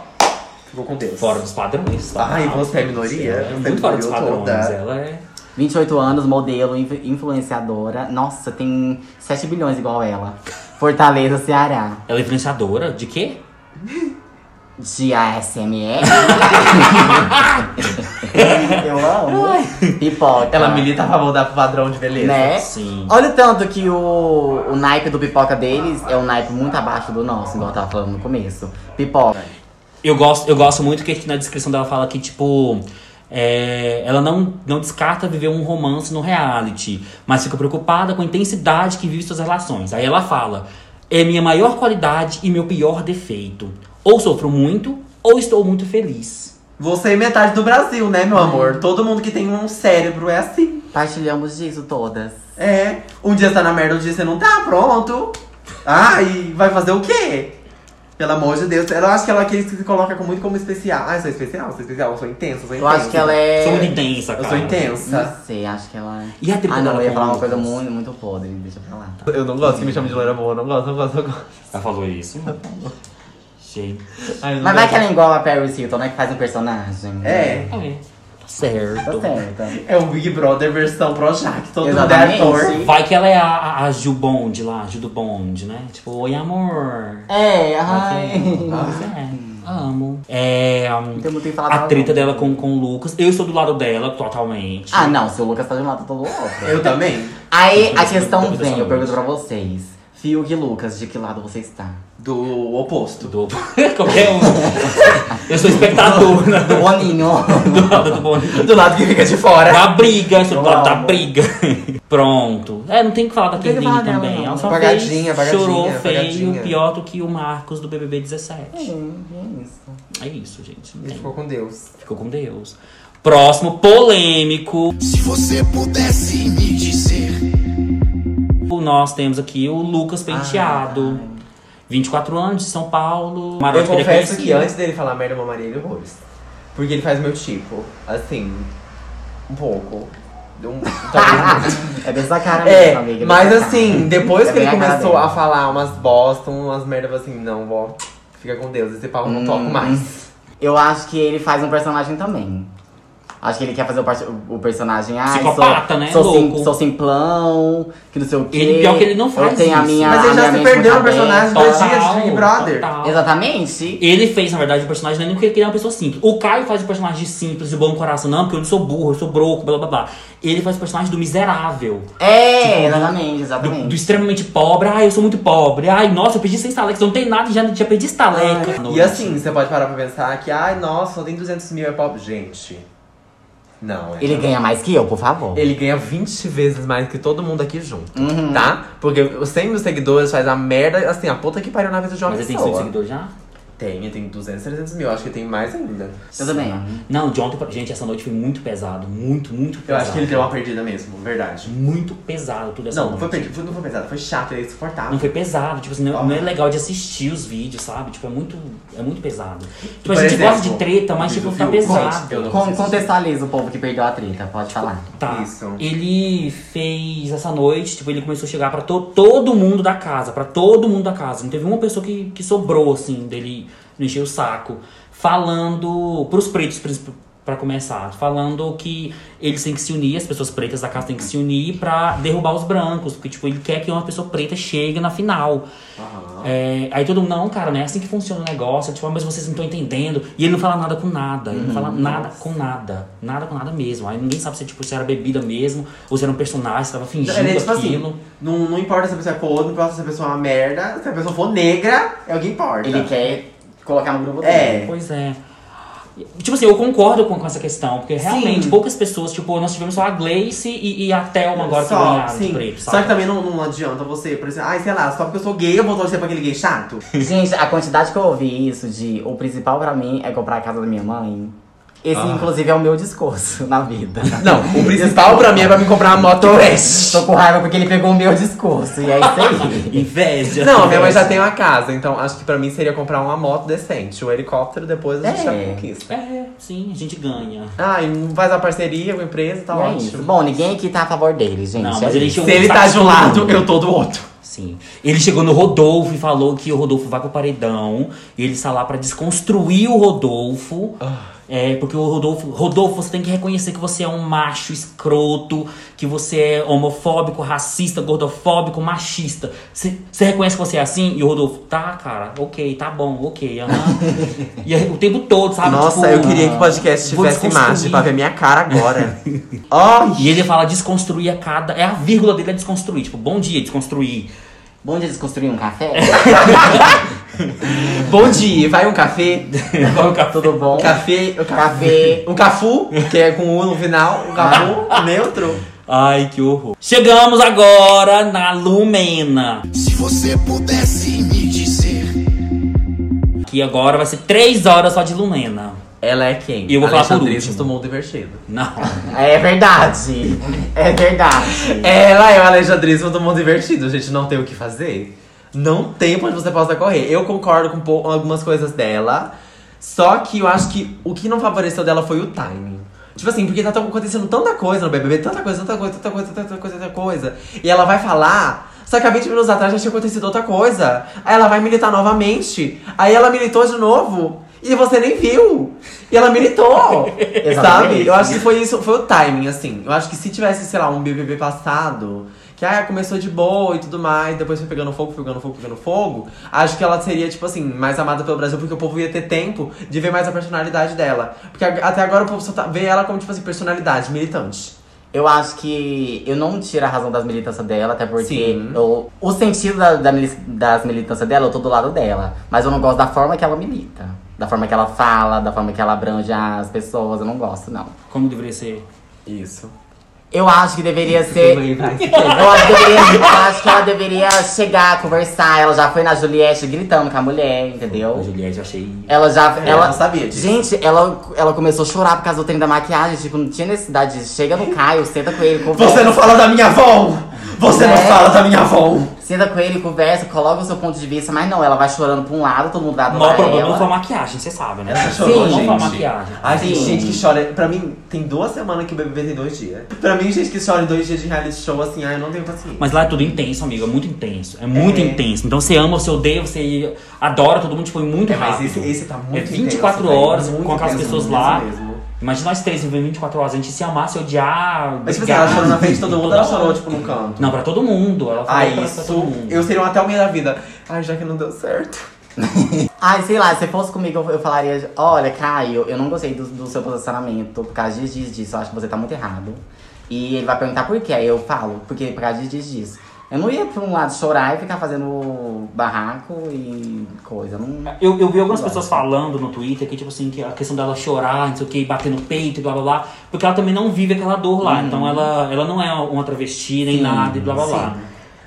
ficou com Deus. Fora dos padrões. total. Ah, Ai, você é minoria? Ela é Você muito fora dos minoria padrões. toda. Ela é. 28 anos, modelo, inf- influenciadora. Nossa, tem 7 bilhões igual ela. Fortaleza, Ceará. Ela é influenciadora de quê? De ASMR. Eu amo. Pipoca. Ela milita a favor da padrão de beleza. Né? Sim. Olha o tanto que o, o naipe do pipoca deles é um naipe muito abaixo do nosso, igual eu tava falando no começo. Pipoca. Eu gosto, eu gosto muito que aqui na descrição dela fala que, tipo. é, ela não, não descarta viver um romance no reality, mas fica preocupada com a intensidade que vive suas relações. Aí ela fala: é minha maior qualidade e meu pior defeito. Ou sofro muito, ou estou muito feliz. Você é metade do Brasil, né, meu amor? Todo mundo que tem um cérebro é assim. Partilhamos disso todas. É. Um dia você tá na merda, um dia você não tá, pronto. Ai, vai fazer o quê? Pelo amor de Deus. Eu acho que ela é aquele que se coloca com- muito como especial. Ai, sou especial, sou especial, sou intensa, sou Eu intensa. acho que ela é. Sou muito intensa, cara. Eu sou Não intensa. sei, acho que ela. E a tripla Ah, não, dela eu ia com falar uma Lucas? coisa muito, muito podre, deixa pra lá. Eu não gosto que me chame de loira boa, não gosto, não gosto, não gosto. Ela falou isso? Gente. Ai, não Mas vai gosto. que ela é igual a Paris Hilton, né? Que faz um personagem. É. É. Tá Tá certo. certa. É o Big Brother versão Projac. Todo Exatamente. mundo é ator. Vai que ela é a, a, a Ju Bond lá, a Ju do Bond, né? Tipo, oi amor. É, Ai, ai. pois é. Amo. É. hum, Então não tem que falar A dela, treta não. dela com, com o Lucas. Eu estou do lado dela, totalmente. Ah, não, se o Lucas tá de um lado, eu tô do outro. Eu também. Aí a Eu tô questão pensando vem, eu pergunto nisso. pra vocês. Fiuk e Lucas, de que lado você está? Do oposto. Do... Qualquer um. Eu sou espectador né? Do Boninho. do lado do Boninho. Do lado que fica de fora. Da briga, eu sou do Eu lado da amo. briga. Pronto. É, não tem que falar da tem que Kelly falar dela, também. não. Ela só Apagadinha, fez, apagadinha, chorou feio, apagadinha. pior do que o Marcos do BBB Hum. 17. É isso, gente. não E tem. ficou com Deus. Ficou com Deus. Próximo, polêmico. se você pudesse me dizer, Nós temos aqui o Lucas Penteado. 24 anos, de São Paulo. Ah, Eu Maroto que ele é confesso que conhecido. antes dele falar merda, eu mamaria ele horrores. Porque ele faz meu tipo, assim, um pouco. Um, talvez um- É bem sua cara mesmo, é, amiga. mas bem sua assim, cara. depois É que ele bem a cara começou dela. a falar umas bosta, umas merdas assim, não, vó, fica com Deus, esse pau eu não toco mais. Eu acho que ele faz um personagem também. Acho que ele quer fazer o, par- o personagem. Ai, Psicopata, sou, né? Sou, sim- Louco. sou simplão, que não sei o quê. Ele- pior que ele não faz Eu tenho a isso. minha. Mas a ele já minha se mente perdeu no muito personagem aberta. dois dias de Big Brother. total. Exatamente. Ele fez, na verdade, o personagem, não é nem porque ele é uma pessoa simples. O Caio faz o personagem simples, de bom coração, não, porque eu não sou burro, eu sou broco, blá blá blá. Ele faz o personagem do miserável. É, exatamente, Tipo, Do, exatamente. do extremamente pobre, ai, eu sou muito pobre, ai, nossa, eu pedi sem estaleca, não tem nada e já, já pedi estaleca. E assim, você pode parar pra pensar que, ai, nossa, só tem 200 mil, é pop. Gente, não, é. Ele ganha mais que eu, por favor. Ele ganha 20 vezes mais que todo mundo aqui junto, Uhum. tá? Porque os 100 mil seguidores faz a merda, assim, a puta que pariu na vida de uma Mas ele tem pessoa. 100 seguidores já? Tem, tem 200, 300 mil, acho que tem mais ainda. Eu também. Não, de ontem pra... Gente, essa noite foi muito pesado, muito, muito Eu pesado. acho que ele deu uma perdida mesmo, verdade. Muito pesado tudo essa Não, não noite. foi, perdi- foi- não foi pesado, foi chato, ele é insuportável. Não foi pesado, tipo assim, não, não é legal de assistir os vídeos, sabe? Tipo, é muito, é muito pesado. Tipo, a Por gente exemplo, gosta de treta, mas o tipo, vídeo tá do Fiuk, gente, eu pesado. não- Con- contextualiza o povo que perdeu a treta, pode falar. Tá. Isso. Ele fez essa noite, tipo, ele começou a chegar pra to- todo mundo da casa, pra todo mundo da casa. Não teve uma pessoa que, que sobrou, assim, dele não encher o saco. Falando pros pretos, prin- Pra começar, falando que eles têm que se unir, as pessoas pretas da casa têm que se unir pra derrubar os brancos, porque tipo, ele quer que uma pessoa preta chegue na final. É, aí todo mundo, não, cara, não é assim que funciona o negócio, tipo, "Ah, mas vocês não estão entendendo. E ele não fala nada com nada, ele não Uhum. fala nada com nada, nada com nada mesmo. Aí ninguém sabe se, tipo, se era bebida mesmo, ou se era um personagem, se tava fingindo Ele é tipo aquilo. assim, não, não importa se a pessoa é podre, não importa se a pessoa é uma merda, se a pessoa for negra, é o que importa. Ele quer colocar no grupo É. dele. Pois é. Tipo assim, eu concordo com, com essa questão, porque realmente Sim. poucas pessoas, tipo, nós tivemos só a Gleice e, e a Thelma agora ah, que só, ganharam sim. os prêmios, Só sabe? que tá também não, não adianta você, por exemplo, ai, sei lá, só porque eu sou gay eu vou torcer pra aquele gay chato. É, Gente, a quantidade que eu ouvi isso de o principal pra mim é comprar a casa da minha mãe. Esse, Ah. inclusive, é o meu discurso na vida. Não, o principal pra mim é pra me comprar uma moto West. Tô com raiva porque ele pegou o meu discurso. E é isso aí. Inveja. É, Não, a minha mãe já tem uma casa, então acho que pra mim seria comprar uma moto decente, um helicóptero, depois a gente É. já conquista. É, sim, a gente ganha. Ah, e faz a parceria com a empresa, tá E é isso. ótimo. Bom, ninguém aqui tá a favor dele, gente. Não, É mas ele isso. encheu Se ele tá de um lado, eu tô do outro. Sim. Ele chegou no Rodolfo e falou que o Rodolfo vai pro paredão. E ele está lá pra desconstruir o Rodolfo. Ah. É, porque o Rodolfo. Rodolfo, você tem que reconhecer que você é um macho escroto, que você é homofóbico, racista, gordofóbico, machista. Você você reconhece que você é assim? E o Rodolfo, tá, cara, ok, tá bom, ok. aham." e aí, o tempo todo, sabe? Nossa, Tipo, eu queria que o podcast vou tivesse desconstruir. imagem pra ver minha cara agora. Ó, E ele fala desconstruir a cada. É a vírgula dele é desconstruir. Tipo, bom dia, desconstruir. Bom dia desconstruir um café? bom dia, vai um café? Tudo bom? Café, Café. um cafu, que é com U no final, um cafu neutro. Ai, que horror. Chegamos agora na Lumena. Se você pudesse me dizer, Que agora vai ser três horas só de Lumena. Ela é quem? E eu vou falar por Alexandrina último. do Mundo Invertido. Não. É verdade. É verdade. Ela é o Alexandrismo do Mundo Invertido, gente. Não tem o que fazer. Não tem pra onde você possa correr. Eu concordo com um pouco- algumas coisas dela. Só que eu acho que o que não favoreceu dela foi o timing. Tipo assim, porque tá tão- acontecendo tanta coisa no BBB, tanta coisa, tanta coisa, tanta coisa, tanta coisa, tanta coisa. E ela vai falar, só que há 20 minutos atrás já tinha acontecido outra coisa. Aí ela vai militar novamente. Aí ela militou de novo. E você nem viu. E ela militou. sabe? Exatamente. Eu acho que foi isso, foi o timing, assim. Eu acho que se tivesse, sei lá, um BBB passado, que ah, começou de boa e tudo mais, depois foi pegando fogo, foi pegando fogo, pegando fogo, acho que ela seria, tipo assim, mais amada pelo Brasil, porque o povo ia ter tempo de ver mais a personalidade dela. Porque a- até agora o povo só tá, vê ela como, tipo assim, personalidade, militante. Eu acho que eu não tiro a razão das militâncias dela, até porque Sim. eu- o sentido da- da mili- das militâncias dela, eu tô do lado dela. Mas eu não gosto da forma que ela milita. Da forma que ela fala, da forma que ela abrange as pessoas, eu não gosto, não. Como deveria ser? Isso. Eu acho que deveria ser. Vai. Eu acho, que deveria- eu acho que ela deveria chegar, conversar. Ela já foi na Juliette gritando com a mulher, A entendeu? Juliette, eu achei. Ela já. Ela Ela É, não sabia disso. Gente, ela, ela começou a chorar por causa do trem da maquiagem. Tipo, não tinha necessidade disso. Chega no Caio, senta com ele, conversa. Você não fala da minha avó! Você não É. fala da minha avó! Senta com ele, conversa, coloca o seu ponto de vista. Mas não, ela vai chorando pra um lado, todo mundo dá O pra maior problema ela. foi a maquiagem, você sabe, né? é Ela chorou, Não foi a gente. maquiagem. Ai, tem Sim. gente que chora. Pra mim, tem duas semanas que o BBB tem dois dias. Pra mim, gente que chora em dois dias de reality show, assim, ai, eu não tenho paciência. Mas lá é tudo intenso, amigo. É muito intenso. É muito É. intenso. Então você ama, você odeia, você adora, todo mundo tipo, é muito É, mas rápido. esse, esse tá muito É 24 intenso, horas velho, muito com aquelas intenso pessoas lá. Mesmo. tipo assim, Imagina nós três vivendo 24 horas, a gente se amar, se odiar. Mas tipo assim, brigar. ela chorou na frente de todo mundo, Toda ela chorou, hora. tipo, num canto. Não, pra todo mundo. Ela falou Ah, pra, pra todo isso. mundo. Eu seria um até o meio da vida. Ai, já que não deu certo. Ai, sei lá, se fosse comigo, eu, eu falaria: olha, Caio, eu não gostei do, do seu posicionamento por causa disso, disso, disso. Eu acho que você tá muito errado. E ele vai perguntar por quê. Aí eu falo: porque por causa disso, disso, disso. Eu não ia pra um lado chorar e ficar fazendo barraco e coisa. Não... Eu, eu vi algumas pessoas falando no Twitter que, tipo assim, que a questão dela chorar, não sei o que, bater no peito e blá blá blá, porque ela também não vive aquela dor lá. Uhum. Então ela, ela não é uma travesti nem nada e blá blá blá.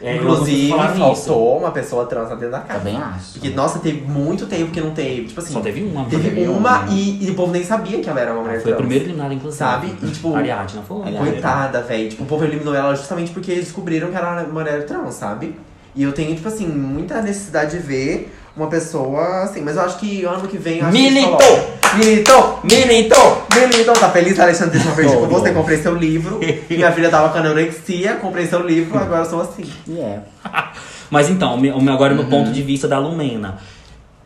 É, Inclusive, eu ouvi falar faltou isso. uma pessoa trans lá dentro da casa. Também acho. Porque, nossa, teve muito tempo que não teve. Tipo assim, Só teve uma. teve amiga. uma e, e o povo nem sabia que ela era uma mulher Foi a trans. primeira eliminada, inclusive. Sabe? E, tipo, Ariadne, não foi? Coitada, velho. Tipo, o povo eliminou ela justamente porque eles descobriram que ela era mulher trans, sabe? E eu tenho, tipo assim, muita necessidade de ver uma pessoa assim. Mas eu acho que ano que vem. eu acho que eles Militou! colocam. Militou! Militou! Militou! Tá feliz, Alexandre? Deixa eu ver, tipo, Tô, você tô. comprei seu livro. Minha filha tava com anorexia, comprei seu livro, agora eu sou assim. E é. Uhum. Mas então, o meu- o meu- agora é meu ponto de vista da Lumena.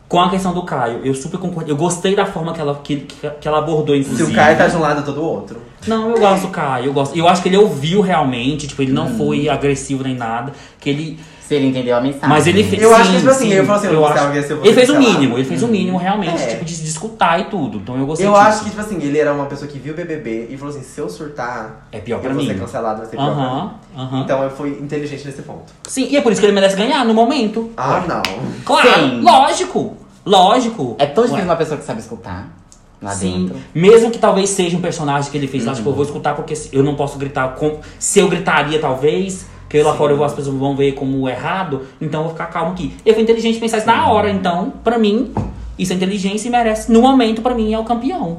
com a questão do Caio, eu super concordo. Eu gostei da forma que ela, que, que, que ela abordou, Se inclusive. o Caio tá de um lado, eu tô do outro. Não, É. eu gosto do Caio, eu gosto. Eu acho que ele ouviu realmente, tipo, ele não Hum. foi agressivo nem nada. Que ele. Se ele entendeu a mensagem. Mas ele fez. Tá. Eu acho sim, que, tipo assim, sim, eu falo assim, eu não sei acho- alguém se eu vou Ele fez o cancelar. mínimo, ele fez o mínimo realmente, É. tipo, de, de escutar e tudo. Então eu gostei Eu disso. acho que, tipo assim, ele era uma pessoa que viu o BBB e falou assim: se eu surtar, É pior eu pra vou mim. ser cancelado, vai ser pior pra mim. Aham, aham. Então eu fui inteligente nesse ponto. Sim, e é por isso que ele merece ganhar no momento. Ah, não. Claro, Sim. lógico, lógico. É tão Ué. difícil uma pessoa que sabe escutar lá Sim, dentro. mesmo que talvez seja um personagem que ele fez lá, tipo, eu vou escutar porque se- eu não posso gritar. com- Se eu gritaria, talvez, porque lá fora eu- as pessoas vão ver como errado, então eu vou ficar calmo aqui. Eu fui inteligente pensar isso na hora, então, pra mim, isso é inteligência e merece. No momento, pra mim, é o campeão.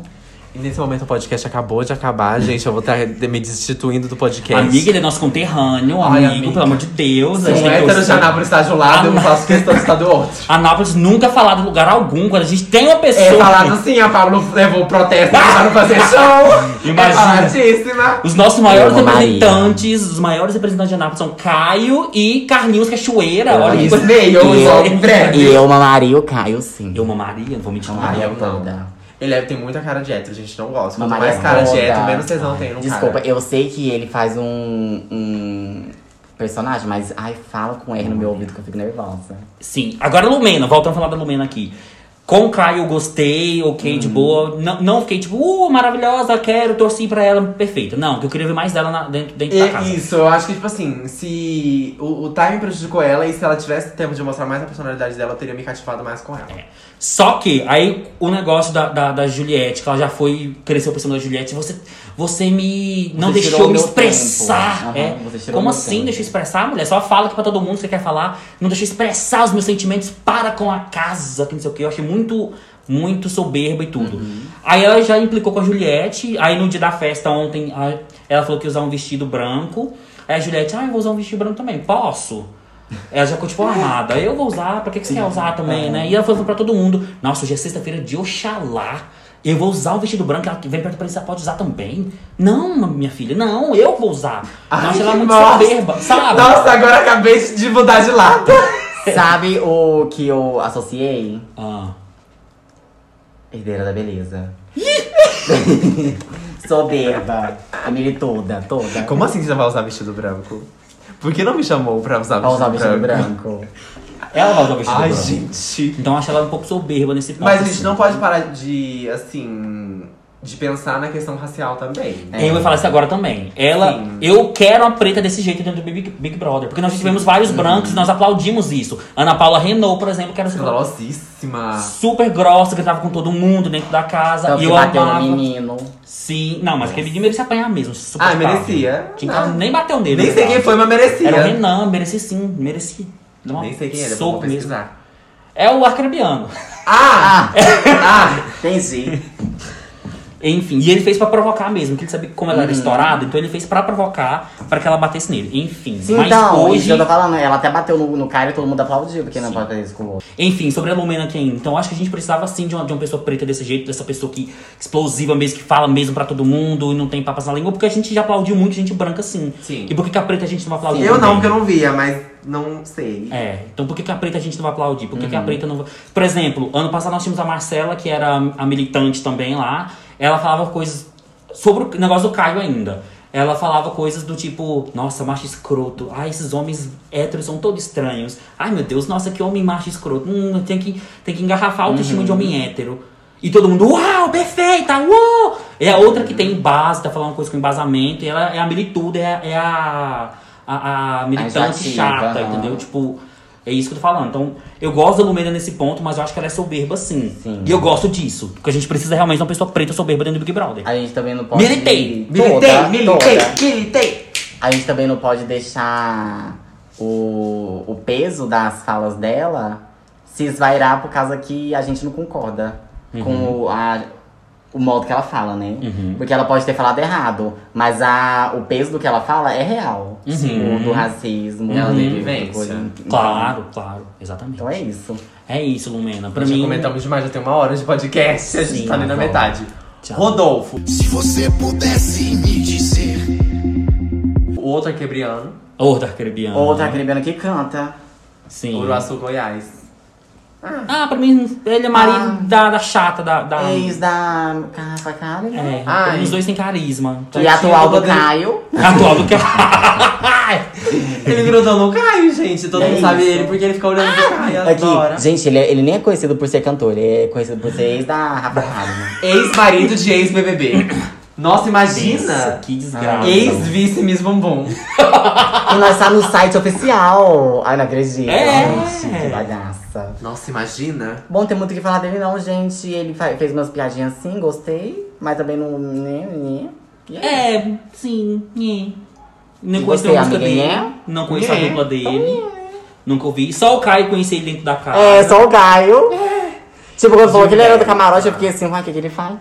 E nesse momento o podcast acabou de acabar, gente. Eu vou estar me destituindo do podcast. Amiga, ele é nosso conterrâneo, Ai, amigo, amiga. pelo amor de Deus. a gente um tem que hétero de torcer. Anápolis está de um lado, eu faço questão de estar do outro. Anápolis nunca falar de lugar algum, quando a gente tem uma pessoa. É falado assim, a Pablo levou protesto para não fazer show. Imagina. É faladíssima. Os nossos maiores Eu amo representantes, os maiores representantes de Anápolis são Caio e Carlinhos Cachoeira. Eu Olha amo que isso. coisa- Meio, E só eu- em breve. E eu mamaria o Caio, sim. Eu mamaria, não vou mentir. não. mamaria eu não. toda. Ele é- tem muita cara de hétero, gente. Não gosta. Quanto Mamaria mais cara de toda. hétero, menos vocês não Ai, têm no Desculpa, cara. eu sei que ele faz um, um personagem, mas ai, fala com R no meu ouvido que eu fico nervosa. Sim. Agora a Lumena, voltando a falar da Lumena aqui. Com o Caio eu gostei, ok, Uhum. de boa. Não, não fiquei tipo, uh, maravilhosa, quero, torci pra ela, perfeita. Não, que eu queria ver mais dela na- dentro, dentro da casa. E isso, eu acho que, tipo assim, se o, o time prejudicou ela e se ela tivesse tempo de mostrar mais a personalidade dela, eu teria me cativado mais com ela. Só que aí o negócio da, da, da Juliette, que ela já foi, cresceu por cima da Juliette, você, você me. não Você deixou tirou me meu expressar. tempo. é. Aham, você tirou meu Como assim tempo. deixou expressar, mulher? Só fala aqui pra todo mundo que você quer falar. Não deixou expressar os meus sentimentos para com a casa, que não sei o que. Eu achei muito, muito soberba e tudo. Uhum. Aí ela já implicou com a Juliette. Aí no dia da festa ontem, a- ela falou que ia usar um vestido branco. Aí a Juliette, ah, eu vou usar um vestido branco também. Posso? Ela já ficou tipo amada. Eu vou usar, pra que, que você quer usar É. também, né? E ela falou pra todo mundo: Nossa, hoje é sexta-feira de Oxalá. Eu vou usar o vestido branco. Ela que vem perto pra ela pode usar também? Não, minha filha, não, eu vou usar. Ai, Nossa, ela é que muito bosta. soberba, sabe? Nossa, agora acabei de de mudar de lado. Sabe o que eu associei? Ah. Herdeira da beleza. Soberba. Emily toda, toda. Como assim você vai usar vestido branco? Por que não me chamou pra usar Pra vestido, usar o vestido branco. Ela vai usar o vestido Ai, branco. gente. Então eu acho ela um pouco soberba nesse ponto. Mas a gente assim. não pode parar de, assim, de pensar na questão racial também. né? É. Eu ia falar isso agora também. Ela, Sim. eu quero uma preta desse jeito dentro do Big, Big Brother. Porque nós tivemos Uhum. vários brancos, nós aplaudimos isso. Ana Paula Renault, por exemplo, É. que era super Escandalosíssima. super grossa, gritava com todo mundo dentro da casa. Então, e que eu bateu no amava. menino. Sim, não, mas aquele menino merecia apanhar mesmo. Ah, suportável. merecia. Tinha que Não. nem bateu nele. Nem sei quem foi, mas merecia. Era o Renan, merecia sim, merecia. Dá uma Nem sei quem era, soco vou mesmo. pesquisar. É o arcrebiano. Ah! ah! Entendi. Enfim, e ele fez pra provocar mesmo, que ele sabia como Uhum. ela era estourada, então ele fez pra provocar, pra que ela batesse nele. Enfim, Sim, mas então, isso hoje. eu tô falando, ela até bateu no, no cara e todo mundo aplaudiu, porque não pode fazer isso com o outro. Enfim, sobre a Lumena Ken. Então acho que a gente precisava sim de uma, de uma pessoa preta desse jeito, dessa pessoa que explosiva mesmo, que fala mesmo pra todo mundo e não tem papas na língua, porque a gente já aplaudiu muito gente branca assim. Sim. E por que, que a preta a gente não aplaudiu? Eu não, porque eu não via, mas não sei. É, então por que, que a preta a gente não vai aplaudir? Por que, que a preta não vai. Por exemplo, ano passado nós tínhamos a Marcela, que era a militante também lá. Ela falava coisas. Sobre o negócio do Caio ainda. Ela falava coisas do tipo, nossa, macho escroto. Ai, esses homens héteros são todos estranhos. Ai, meu Deus, nossa, que homem macho escroto. Hum, tem que, tem que engarrafar a autoestima de homem hétero. E todo mundo, uau, perfeita, uau! É a outra que tem base, tá falando coisa com embasamento. E ela é a milituda, é, a- é a, a, a militante ativa, chata, aham. entendeu? Tipo, é isso que eu tô falando. Então, eu gosto da Lumena nesse ponto, mas eu acho que ela é soberba sim. Sim. E eu gosto disso. Porque a gente precisa realmente de uma pessoa preta soberba dentro do Big Brother. A gente também não pode. Militei, Toda, Militei, militei, toda. militei. A gente também não pode deixar o, o peso das falas dela se esvairar por causa que a gente não concorda Uhum. com o, a- o modo que ela fala, né? Porque ela pode ter falado errado, mas a, o peso do que ela fala é real. Uhum. É O do racismo. Ela do- tem do- vivência. coisa. Claro, claro. Exatamente. Uhum. Então é isso. É isso, Lumena. Pra já mim. comentamos demais, já tem uma hora de podcast, a gente Sim, tá ali na vamos. metade. Tchau. Rodolfo, Se você pudesse me dizer. o outro é arquebriano, Outra arcrebiana. Outra caribana que canta. Sim. Uruaçu, Goiás. Ah, pra mim, ele é marido Ah. É da, da chata, da. da... Ex da Rafa Kalimann. Ah. É, tá Ai. pra mim os dois têm carisma. E a atual do Caio. Atual do que. Ai. Ele grudou no Caio, gente. Todo É mundo sabe isso. ele porque ele fica olhando pro Caio Aqui, adora. É gente, ele, é- ele nem é conhecido por ser cantor, ele é conhecido por ser ex da Rafa Kalimann. Ex-marido de ex-BBB. Nossa, Nossa, imagina! que desgraça. Ex-vice Miss Bumbum. E nós tá no site oficial. Ai, não acredito. É. Gente, que bagaça. Nossa, imagina. Bom, tem muito o que falar dele não, gente. Ele fa- fez umas piadinhas assim, gostei. Mas também não... né, né. E é isso. É, sim. nhé. Não E conheço você, a música amiga, dele. nhé? Não conheço Nhé. a dupla dele. Nunca ouvi. Só o Caio conheci ele dentro da casa. É, só o Caio. É. Tipo, quando falou que ele era do camarote, eu fiquei assim, uai, o que, que ele faz?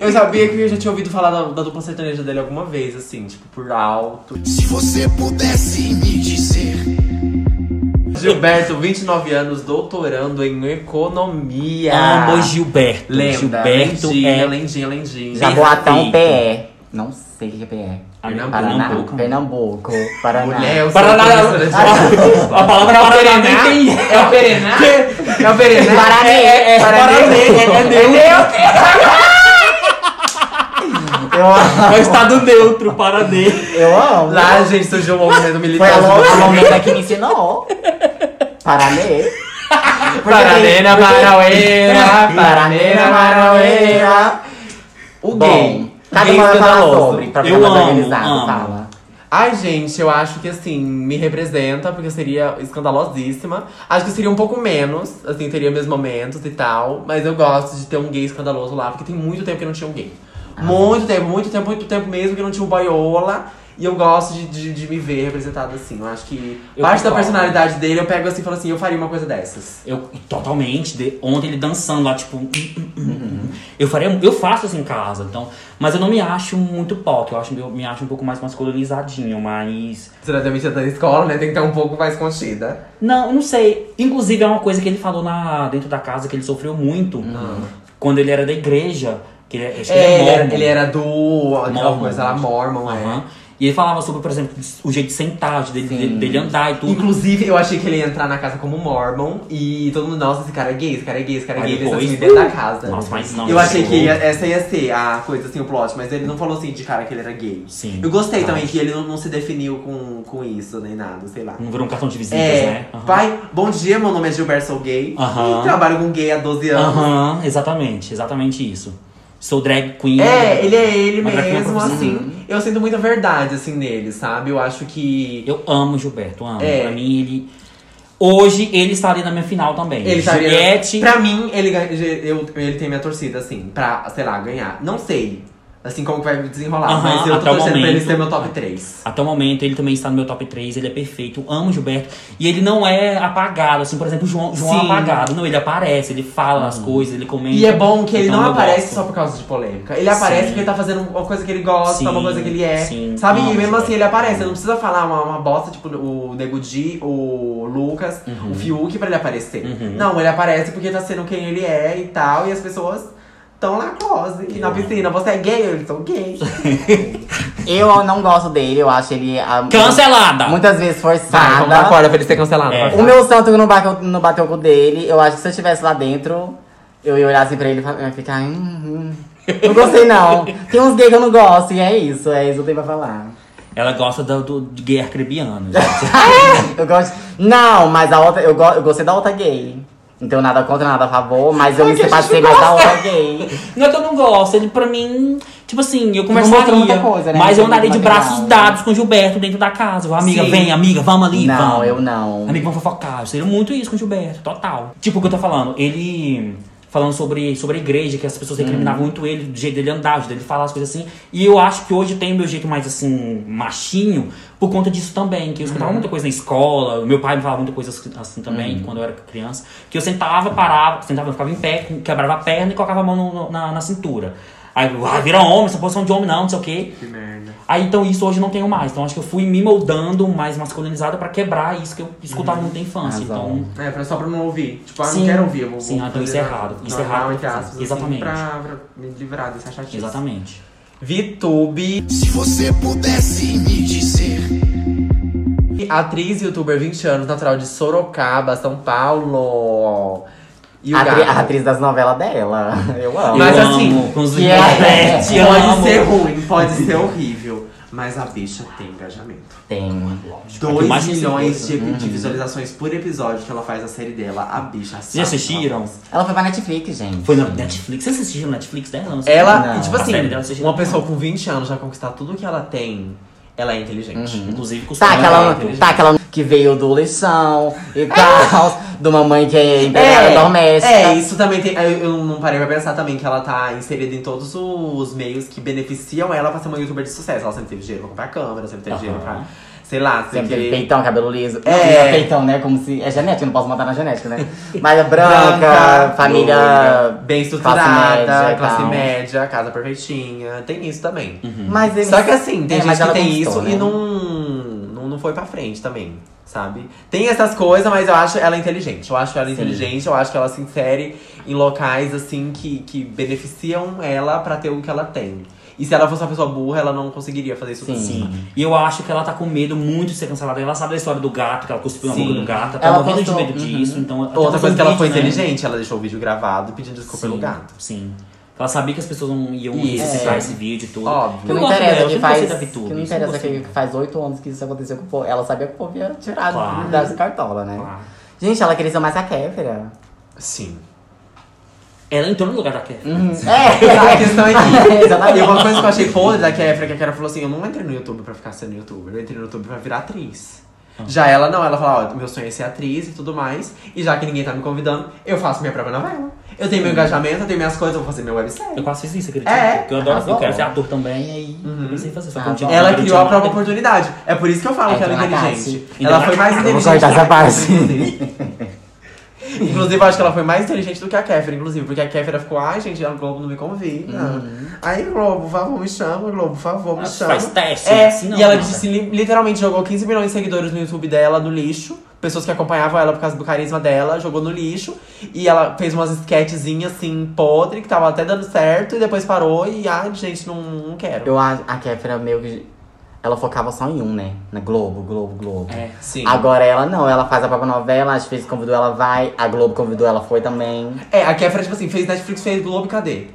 Eu sabia que eu já tinha ouvido falar da, da dupla sertaneja dele alguma vez, assim, tipo, por alto. Se você pudesse me dizer, Gilberto, 29 anos, doutorando em economia. Ah. Amo Gilberto. Lenda, Gilberto lendinha, é lendinha, lendinha. Jaboatão Perfeito. PE. um Não sei o que é PE. Paraná, amigo, Pernambuco. Pernambuco, Paraná. um Mulher, eu sou Paraná. professora de- é A a palavra Paraná nem tem. É o Perená? É o Perená? Paraná. É, é, é, Paraná. Paraná. É meu. Eu amo. É o estado neutro, Paraná. Eu amo. Lá, gente, surgiu o movimento Foi militar. a, Lo- a Lomena que me ensinou. Paranê. Paraneira, Maraueira, Paraneira, Maraueira. O Bom, gay. cada Gay uma vai falar escandaloso. sobre, Tá pra Eu ficar mais amo, organizado, amo. fala. Ai, gente, eu acho que assim, me representa, porque eu seria escandalosíssima. Acho que eu seria um pouco menos, assim, teria meus momentos e tal. Mas eu gosto de ter um gay escandaloso lá, porque tem muito tempo que não tinha um gay. Muito tempo, muito tempo, muito tempo mesmo que não tinha um boiola. E eu gosto de, de, de me ver representado assim. Eu acho que Eu parte da concordo. personalidade dele eu pego assim e falo assim: eu faria uma coisa dessas. Eu totalmente, de- ontem ele dançando lá, tipo. hum, hum, hum, Uhum. hum. Eu faria, eu faço assim em casa, então. Mas eu não me acho muito pop, eu, acho, eu me acho um pouco mais masculinizadinho, mas. Você naturalmente tá na escola, né? Tem que estar um pouco mais contida. Não, eu não sei. Inclusive é uma coisa que ele falou na, dentro da casa que ele sofreu muito quando ele era da igreja. Que ele, acho que Uhum. É, ele ele, é era, mormon. ele era do. aquela Mormon, coisa lá, acho. Mormon, é. Aham. E ele falava sobre, por exemplo, o jeito de sentar, o jeito dele, dele andar e tudo. Inclusive, eu achei que ele ia entrar na casa como Mormon e todo mundo, nossa, esse cara é gay, esse cara é gay, esse cara é Aí gay, ele depois, uh, assim, dentro da casa. Nossa, mas não. eu achei que chegou. ia- essa ia ser a coisa, assim, o plot, mas ele não falou assim de cara que ele era gay. Sim. Eu gostei Tá. também que ele não, não se definiu com, com isso, nem nada, sei lá. Não virou um cartão de visitas, É, né? Aham. pai, bom dia, meu nome é Gilberto, sou gay. Aham. E trabalho com gay há 12 anos. Aham, exatamente, exatamente isso. Sou drag queen. né? É, ele é ele Uma drag queen mesmo, profissional. assim. Eu sinto muita verdade, assim, nele, sabe? Eu acho que. Eu amo o Gilberto, amo. É. Pra mim, ele. Hoje ele estaria na minha final também. Ele estaria- Juliette. Pra mim, ele, ganha- eu, ele tem minha torcida, assim, pra, sei lá, ganhar. Não sei, assim, como que vai desenrolar, Aham, mas eu tô até o torcendo pra ele momento. ser meu top 3. Até o momento, ele também está no meu top 3, ele é perfeito, amo o Gilberto. E ele não é apagado, assim, por exemplo, o João, João é Sim. apagado. Não, ele aparece, ele fala as Uhum. coisas, ele comenta. E é bom que ele Então não eu aparece gosto. só por causa de polêmica. Ele aparece Sim. porque ele tá fazendo uma coisa que ele gosta, Sim, uma coisa que ele é. sim. Sabe? Não, e mesmo mas assim é. ele aparece. Ele não precisa falar uma, uma bosta, tipo o Nego Di, o Lucas, o Fiuk pra ele aparecer. Uhum. Não, ele aparece porque tá sendo quem ele é e tal. E as pessoas estão na close. E na piscina, você é gay? Eu sou gay. Eu não gosto dele, eu acho ele. ah, Cancelada! Muitas vezes Vai, vamos dar forçada. corda pra ele ser cancelado. É. o meu santo que não bateu, não bateu com o dele, eu acho que se eu estivesse lá dentro, eu ia olhar assim pra ele e fa- eu ia ficar. "Hum, hum". Não gostei, não. Tem uns gays que eu não gosto, e é isso, é isso que eu tenho pra falar. Ela gosta do, do de gay arcrebiano. Eu gosto. Não, mas a outra. Eu, go, eu gostei da outra gay. Então nada contra, nada a favor, mas eu me simpatizei mais da outra gay. Não é que eu não gosto, ele pra mim, tipo assim, eu mostra muita conversaria. coisa, né? Mas eu Não andaria de tem braços nada. dados com o Gilberto dentro da casa. Eu, Amiga, Sim. vem, amiga, vamos ali. Não, vamos. eu não. Amigo, vamos fofocar. Eu seria muito isso com o Gilberto, total. Tipo o que eu tô falando, ele. Falando sobre, sobre a igreja, que as pessoas recriminavam muito ele, do jeito dele andar, do jeito dele falar as coisas assim. E eu acho que hoje eu tenho meu jeito mais assim, machinho, por conta disso também. Que eu escutava muita coisa na escola, o meu pai me falava muita coisa assim também, quando eu era criança. Que eu sentava, parava, sentava, eu ficava em pé, quebrava a perna e colocava a mão no- no- na, na cintura. Aí, ah, vira homem, essa posição de homem não, não sei o quê. Que merda. Aí então isso hoje eu não tenho mais. Então acho que eu fui me moldando mais masculinizada pra quebrar isso que eu escutava muito na infância. Razão. Então, É, pra- só pra não ouvir. Tipo, ah, Sim. não quero ouvir, eu vou Sim, vou ah, então fazer isso é errado. Isso é normal, errado, entre aspas, assim, exatamente. pra, pra me livrar dessa chatice. exatamente. Vitube. se você pudesse me dizer, E Atriz e youtuber 20 anos, natural de Sorocaba, São Paulo. E o Atri- a gato. atriz das novelas dela. Eu amo. Mas eu assim, amo, com os que é- Ivete, eu Pode amo. ser ruim, pode ser horrível. Mas a bicha tem engajamento. Tem. 2 mais Tipo, né? que milhões de, tem coisa. Uhum. de visualizações por episódio que ela faz a série dela. A bicha Vocês já sabe. assistiram? Ela foi pra Netflix, gente. Foi na Netflix? Vocês assistiram Netflix dela? Não, não sei. Ela, Não. e, tipo A assim, série dela você já- uma pessoa com 20 anos já conquistar tudo que ela tem, ela é inteligente. Inclusive, costuma. Tá, Ah, aquela, Aquele- tá aquela que veio do lição e tal, de uma mãe que é empregada doméstica. é, isso também tem. Eu, eu não parei pra pensar também que ela tá inserida em todos os meios que beneficiam ela pra ser uma youtuber de sucesso. Ela sempre teve dinheiro pra comprar câmera, sempre teve dinheiro pra. Sei lá, Sempre sempre. teve peitão, cabelo liso. É. Não, não peitão, né? Como se. É genética, não posso matar na genética, né? Malha branca, Branca, família. loira, bem classe estruturada, classe média e média, tal. Uhum. casa perfeitinha, tem isso também. Mas ele- Só que assim, tem É, mas gente que ela tem conquistou, isso né? e não, não, não foi pra frente também, sabe? Tem essas coisas, mas eu acho ela inteligente. Eu acho ela inteligente, eu acho que ela se insere em locais assim que, que beneficiam ela pra ter o que ela tem. E se ela fosse uma pessoa burra, ela não conseguiria fazer isso Sim. tudo. Sim. E eu acho que ela tá com medo muito de ser cancelada. Ela sabe da história do gato, que ela cuspiu na Sim. boca do gato. Tá Ela morrendo postou- de medo Uhum. disso. Então, Outra coisa que ela né? foi inteligente. inteligente, ela deixou o vídeo gravado pedindo desculpa pelo Sim, um gato. Sim. Ela sabia que as pessoas não iam Isso. registrar É. esse vídeo e tudo. Óbvio. Que Eu não gosto interessa dela, que eu não gostei faz. da Vitube, Que não isso eu interessa gostei. que faz oito anos que isso aconteceu com o povo. Ela sabia que o povo ia tirar Claro. das cartolas, né? Claro. Gente, ela queria ser mais a Kéfera. Sim. Ela entrou no lugar da Kevin. Hum. Uhum. A É! questão é que. Exatamente. E uma coisa que eu achei podre da Kefra, que a Kefra falou assim: eu não entrei no YouTube pra ficar sendo youtuber, eu entrei no YouTube pra virar atriz. Já ela não, ela fala, ó, meu sonho é ser atriz e tudo mais. E já que ninguém tá me convidando, eu faço minha própria novela. Eu tenho meu engajamento, eu tenho minhas coisas, eu vou fazer minha websérie. Eu quase fiz isso, acredito. É, Porque eu adoro, eu arrasou. quero ser ator também, aí Uhum. eu comecei a fazer. Só que eu não tinha Arrasou. Ela não criou tinha a própria nada. oportunidade. É por isso que eu falo Aí que ela é entra na inteligente. classe. Ela Entra foi na mais classe. Vamos inteligente. cortar essa parte. Inclusive, eu acho que ela foi mais inteligente do que a Kéfera, inclusive. Porque a Kéfera ficou, ai, gente, a Globo não me convida. Aí, Globo, por favor, me chama, Globo, por favor, me Ah, chama. Uhum. faz teste, É, assim não, e ela nada. disse, li- literalmente jogou 15 milhões de seguidores no YouTube dela, no lixo. Pessoas que acompanhavam ela por causa do carisma dela, jogou no lixo. E ela fez umas sketchzinhas, assim, podre, que tava até dando certo. E depois parou e, ai, gente, não, não quero. Eu acho a Kéfera meio que. Ela focava só em um, né? Na Globo, Globo, Globo. É. Sim. Agora ela não, ela faz a própria novela, às vezes convidou ela vai, a Globo convidou ela foi também. É, a Kéfera, tipo assim, fez Netflix, fez Globo, cadê?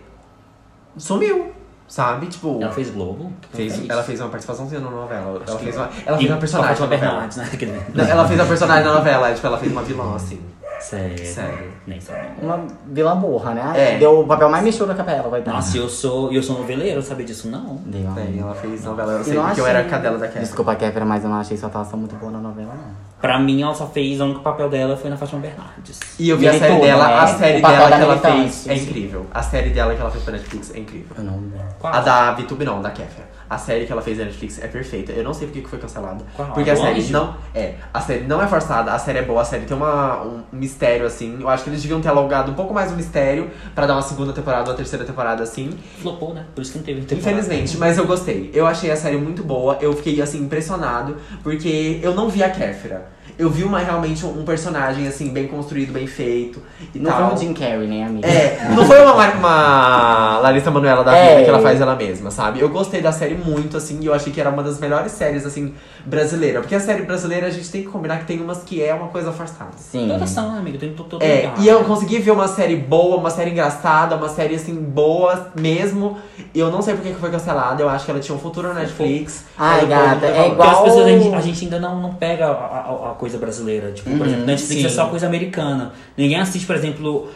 Sumiu, sabe? Tipo... Ela fez Globo? Fez- É isso. ela fez uma participaçãozinha na novela. Ela que- fez uma, ela fez uma E personagem na Fátima novela. Bernardes, né? Não, Ela fez a personagem na novela, tipo, ela fez uma vilã, assim. Sério. Sério. Nem sabia. Uma vilã burra, né? É. Deu o papel mais mexido que ela, vai dar. Nossa, eu sou, eu sou um noveleiro, eu sabia disso não. Deu. Tem, ela fez novela. Eu sei não porque eu achei- era a cadela da Kéfera. Desculpa, Kéfera, mas eu não achei sua atuação muito boa na novela, não. Pra mim, ela só fez, o único papel dela foi na Fátima Bernardes. E eu vi a Militou, série dela, né? a série O papel dela da que ela militante, fez é sim. incrível. A série dela que ela fez pra Netflix é incrível. Eu não lembro. Qual? A da VTube não, da Kéfera. A série que ela fez na Netflix é perfeita. Eu não sei porque que foi cancelada. Qual? Porque a Do série Anjo? não. É. A série não é forçada, a série é boa, a série tem uma, um mistério, assim. Eu acho que eles deviam ter alongado um pouco mais o mistério pra dar uma segunda temporada, uma terceira temporada, assim. Flopou, né? Por isso que não teve temporada. Infelizmente, mas eu gostei. Eu achei a série muito boa. Eu fiquei, assim, impressionado. Porque eu não vi a Kéfera. Eu vi uma, realmente um um personagem, assim, bem construído, bem feito e Não tal. foi o Jim Carrey, né, amiga? É, não foi uma, Mar- uma Larissa Manoela da vida É. que ela faz ela mesma, sabe? Eu gostei da série muito, assim, e eu achei que era uma das melhores séries, assim, brasileira. Porque a série brasileira, a gente tem que combinar que tem umas que é uma coisa forçada. Sim. Todas são, né, amiga? Tem todo todo Uhum. É, lugar. e eu consegui ver uma série boa, uma série engraçada, uma série, assim, boa mesmo. E eu não sei porque que foi cancelada, eu acho que ela tinha um futuro na Netflix. Ai, mas o povo gata, tá é falando. igual- Porque as pessoas, a gente, a gente ainda não, não pega a, a- a coisa brasileira. Tipo, por Uhum, exemplo, Netflix é sim. só coisa americana. Ninguém assiste, por exemplo.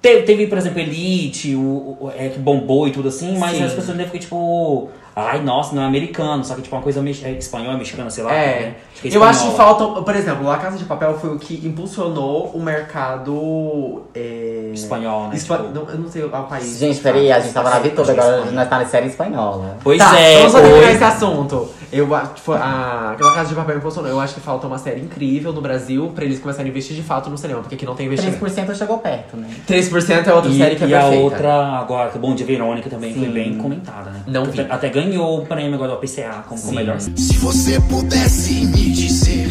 Teve, teve, por exemplo, Elite, o, o- é, que bombou e tudo assim, mas Sim. as pessoas ainda ficam tipo. Ai, nossa, não é americano. Só que tipo, é uma coisa mex- é espanhola, mexicana, sei lá. É. né? é Eu acho que espanhola. faltam. Por exemplo, La Casa de Papel foi o que impulsionou o mercado. É... Espanhol, né? Espa- Tipo- não, eu não sei qual país. Gente, peraí, a gente tava na Vitória, agora Espanha. nós tá na série espanhola. então Pois tá, é, vamos só terminar pois- esse assunto. Eu acho que foi a La Casa de Papel impulsionou. Eu acho que falta uma série incrível no Brasil pra eles começarem a investir de fato no cinema, porque aqui não tem investimento. 3% chegou perto, né? 3% é outra e, série que é e a perfeita. outra agora, que é Bom Dia Verônica também foi bem comentada, né? Não vi. até, até ganhou o prêmio agora do PCA como como melhor Se você pudesse me dizer,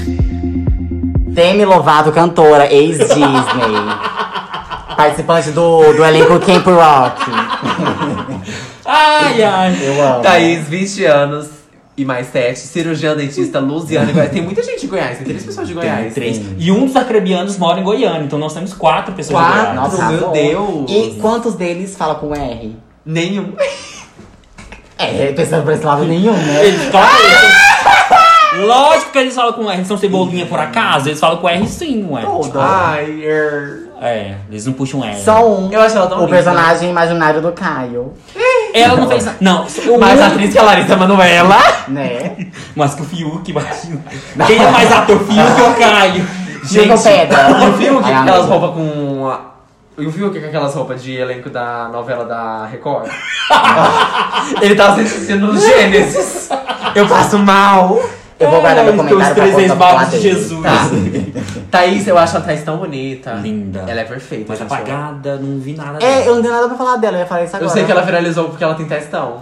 Demi Lovato, cantora, ex-Disney. participante do, do elenco Camp Rock. Ai, ai! Eu amo. Thaís, 20 anos, e mais sete, cirurgiã dentista Luziana. e Goiás. Tem muita gente em Goiás, tem três pessoas de Goiás. Três. E um dos acrebianos mora em Goiânia, então nós temos quatro pessoas Quatro? de Goiânia. Nossa, meu bom. Deus. um. E quantos deles fala com R? Nenhum. É, pensando por esse lado nenhum, né? Eles falam Lógico que eles falam com R, eles são cebolinha por acaso, eles falam com R sim, ué. Todo. Ai, er. É, eles não puxam R. Só um. Eu acho ela tão O linda. personagem imaginário do Caio. Ela não fez nada. Não, o Mais único- é atriz que a Larissa Manoela. Né? Mas que o Fiuk, imagina. Quem é mais ator, Fiuk ou Caio? Gente, pedra. E Ah, o Fiuk, Ai, com aquelas amiga. roupas com. a- E o Fiuk com aquelas roupas de elenco da novela da Record? Ele tá se assistindo no Gênesis. Eu passo mal. Eu vou guardar meu Ai, comentário Os pra três contar pra ex-babos de dele. Tá. Jesus. Thaís, eu acho a Thaís tão bonita. Linda. Ela é perfeita. Mas gente. apagada, não vi nada. dela. É, eu não tenho nada pra falar dela, eu ia falar isso agora. Eu sei que ela viralizou porque ela tem testão.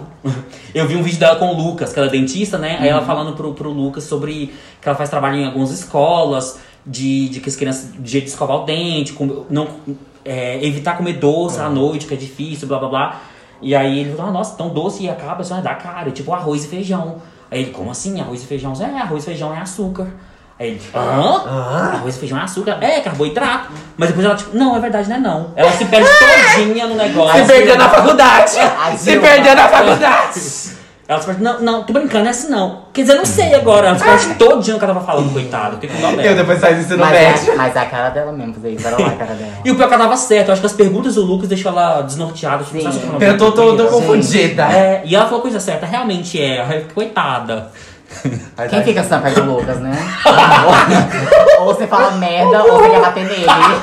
Eu vi um vídeo dela com o Lucas, que ela é dentista, né? Aí ela Uhum. falando pro, pro Lucas sobre que ela faz trabalho em algumas escolas, de, de que as crianças, de jeito de escovar o dente, com- não, é, evitar comer doce Uhum. à noite, que é difícil, blá blá blá. E aí ele falou, ah, nossa, tão doce e acaba, só dá cara, tipo arroz e feijão. Aí ele, como assim? Arroz e feijão? É, arroz e feijão é açúcar. Aí ele, hã? Ah? Arroz e feijão é açúcar? É, carboidrato. Mas depois ela, tipo, não, é verdade, não é não. Ela se perde todinha no negócio. Se perdeu na faculdade! Ai, Se Dilma. perdeu na faculdade! Ela se perde, não, não, tô brincando, é assim não. Quer dizer, eu não sei agora. Ela se perde todo dia no que ela tava falando, coitado. Que dó Eu dela. depois saí do ensino Mas é, médio. a- mas é a cara dela mesmo fazer isso. Olha lá a cara dela. E o pior é que ela tava certo. Eu acho que as perguntas do Lucas deixou ela desnorteada. Tipo, Sim. sabe, tipo, Eu tô, tô, tô Sim. confundida. É, e ela falou a coisa certa, realmente é. Aí eu fiquei, Coitada. Quem fica assim na perto do Lucas, né? ou você fala merda, ou você quer bater nele. Ai,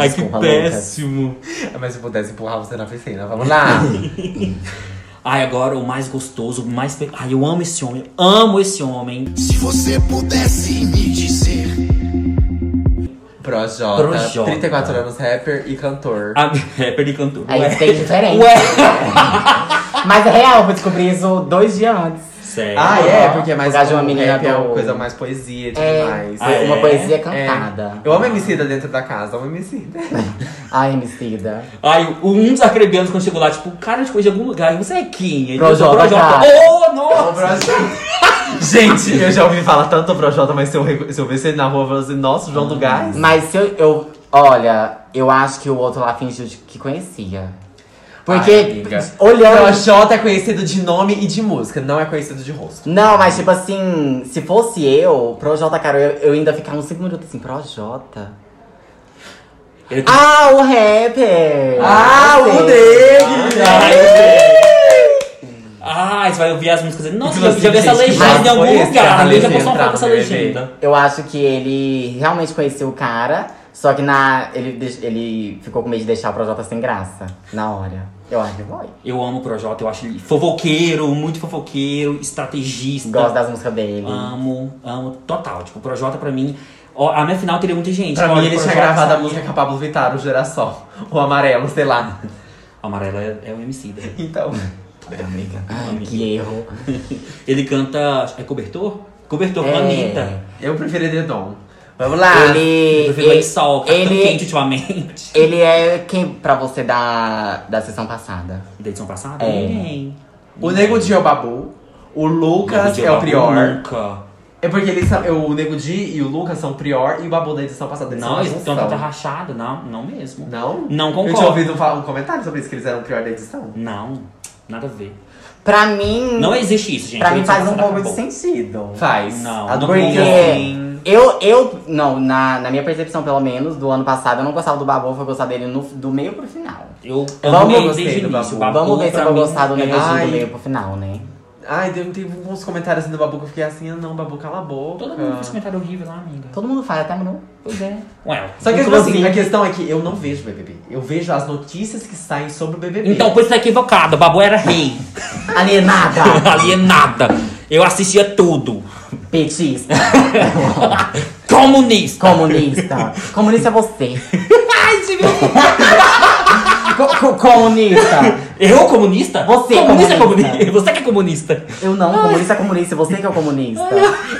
Ai, desculpa, que Lucas. péssimo. Mas se pudesse empurrar você na piscina, vamos lá. Ai, agora o mais gostoso, o mais. pe- Ai, eu amo esse homem. eu Amo esse homem. Se você pudesse me dizer, Projota, Projota. 34 anos, rapper e cantor. Ah, A rapper e Ah, é, cantor. Aí Ué. tem diferente. Ué. Mas é real, eu descobri isso dois dias antes. Sério. Ah, é? Porque é mais Por causa de uma o menina rap é uma do- coisa mais poesia e tudo É, mais. Ah, é? uma poesia É. cantada. Eu amo Emicida dentro da casa, amo Emicida. Ai, Emicida. Aí o- um dos acrebianos quando chegou lá, tipo, cara, te conhece de algum lugar. E você é quem? Ele Projota, cara. Ô, nossa! Gente, eu já ouvi falar tanto do Projota, mas se eu, re- se eu ver você na rua, eu falo assim, nossa, João do Gás. Mas se eu, eu- Olha, eu acho que o outro lá fingiu de- que conhecia. Porque Ai, amiga. olhando. Projota é conhecido de nome e de música, não é conhecido de rosto. Não, mas tipo assim, se fosse eu, Projota, cara, eu, eu ainda ficava uns 5 minutos assim, Projota. Ele- Ah, o rapper! Ah, o dele! Ai, Ai, Ah, você vai ouvir as músicas e nossa, eu já vi essa Inclusive, gente, legenda em mas foi algum esse cara, lugar. Alguém já legenda, postou uma foto com essa pra legenda. Eu acho que ele realmente conheceu o cara, só que na. Ele, deix- ele ficou com medo de deixar o Projota sem graça na hora. Eu acho que foi. Eu amo o Projota, eu acho ele fofoqueiro, muito fofoqueiro, estrategista. Gosto das músicas dele. Ah, Amo, amo, total. Tipo, o Projota pra mim. ó, a minha final teria muita gente. Pra Olha, mim, ele o tinha Projota gravado a sabia- música com a Pablo Vittar, o Geração. O Amarelo, sei lá. Amarela é, é o MC da Então, amiga. Que erro. Ele canta. É cobertor? Cobertor com a É. Anitta. eu preferiria Dom. Vamos lá. ele. Ah, Eu prefiro ele- ele sol, que tá tão É, ele- quente ultimamente. Ele é quem pra você da, da sessão passada? Da edição passada? É. Ninguém. O Nego Di é o Babu. O Lucas é o Prior. Nunca. É porque eles são, eu- o Nego Di e o Lucas são o Prior e o Babu da edição passada. Eles Não, são eles uma estão junção. tá rachado, não, não mesmo. Não? Não Eu tinha concordo. ouvido fa- um comentário sobre isso, que eles eram o Prior da edição. Não, nada a ver. Pra mim. Não existe isso, gente. Hum. pra mim Eles são faz um passando pouco de acabou. sentido. Faz. Não, A não do Porque Porque... assim... eu, eu, não, na, na minha percepção, pelo menos, do ano passado, eu não gostava do Babu, foi gostar dele no, do meio pro final. Eu Vamos- amei eu gostei desde o do início. Babu. Babu, Vamos ver se pra eu vou mim, gostar do é- negocinho Ai. do meio pro final, né? Ai, teve, teve uns comentários assim do Babu que eu fiquei assim, ah, não, Babu, cala a boca. Todo mundo fez Ah. comentário horrível lá, amiga. Todo mundo faz, até menu. Pois é. Ué, Só que tipo Inclusive- assim, a questão é que eu não vejo o BBB. Eu vejo as notícias que saem sobre o BBB. então por isso tá equivocada. Babu era rei. Alienada! Alienada. Eu assistia tudo. Petista! Comunista. Comunista! Comunista é você! Ai, você viu? Co- co- comunista! Eu comunista? Você é comunista. é comunista. comunista. Você que é comunista. Eu não, comunista é comunista, você que é o comunista!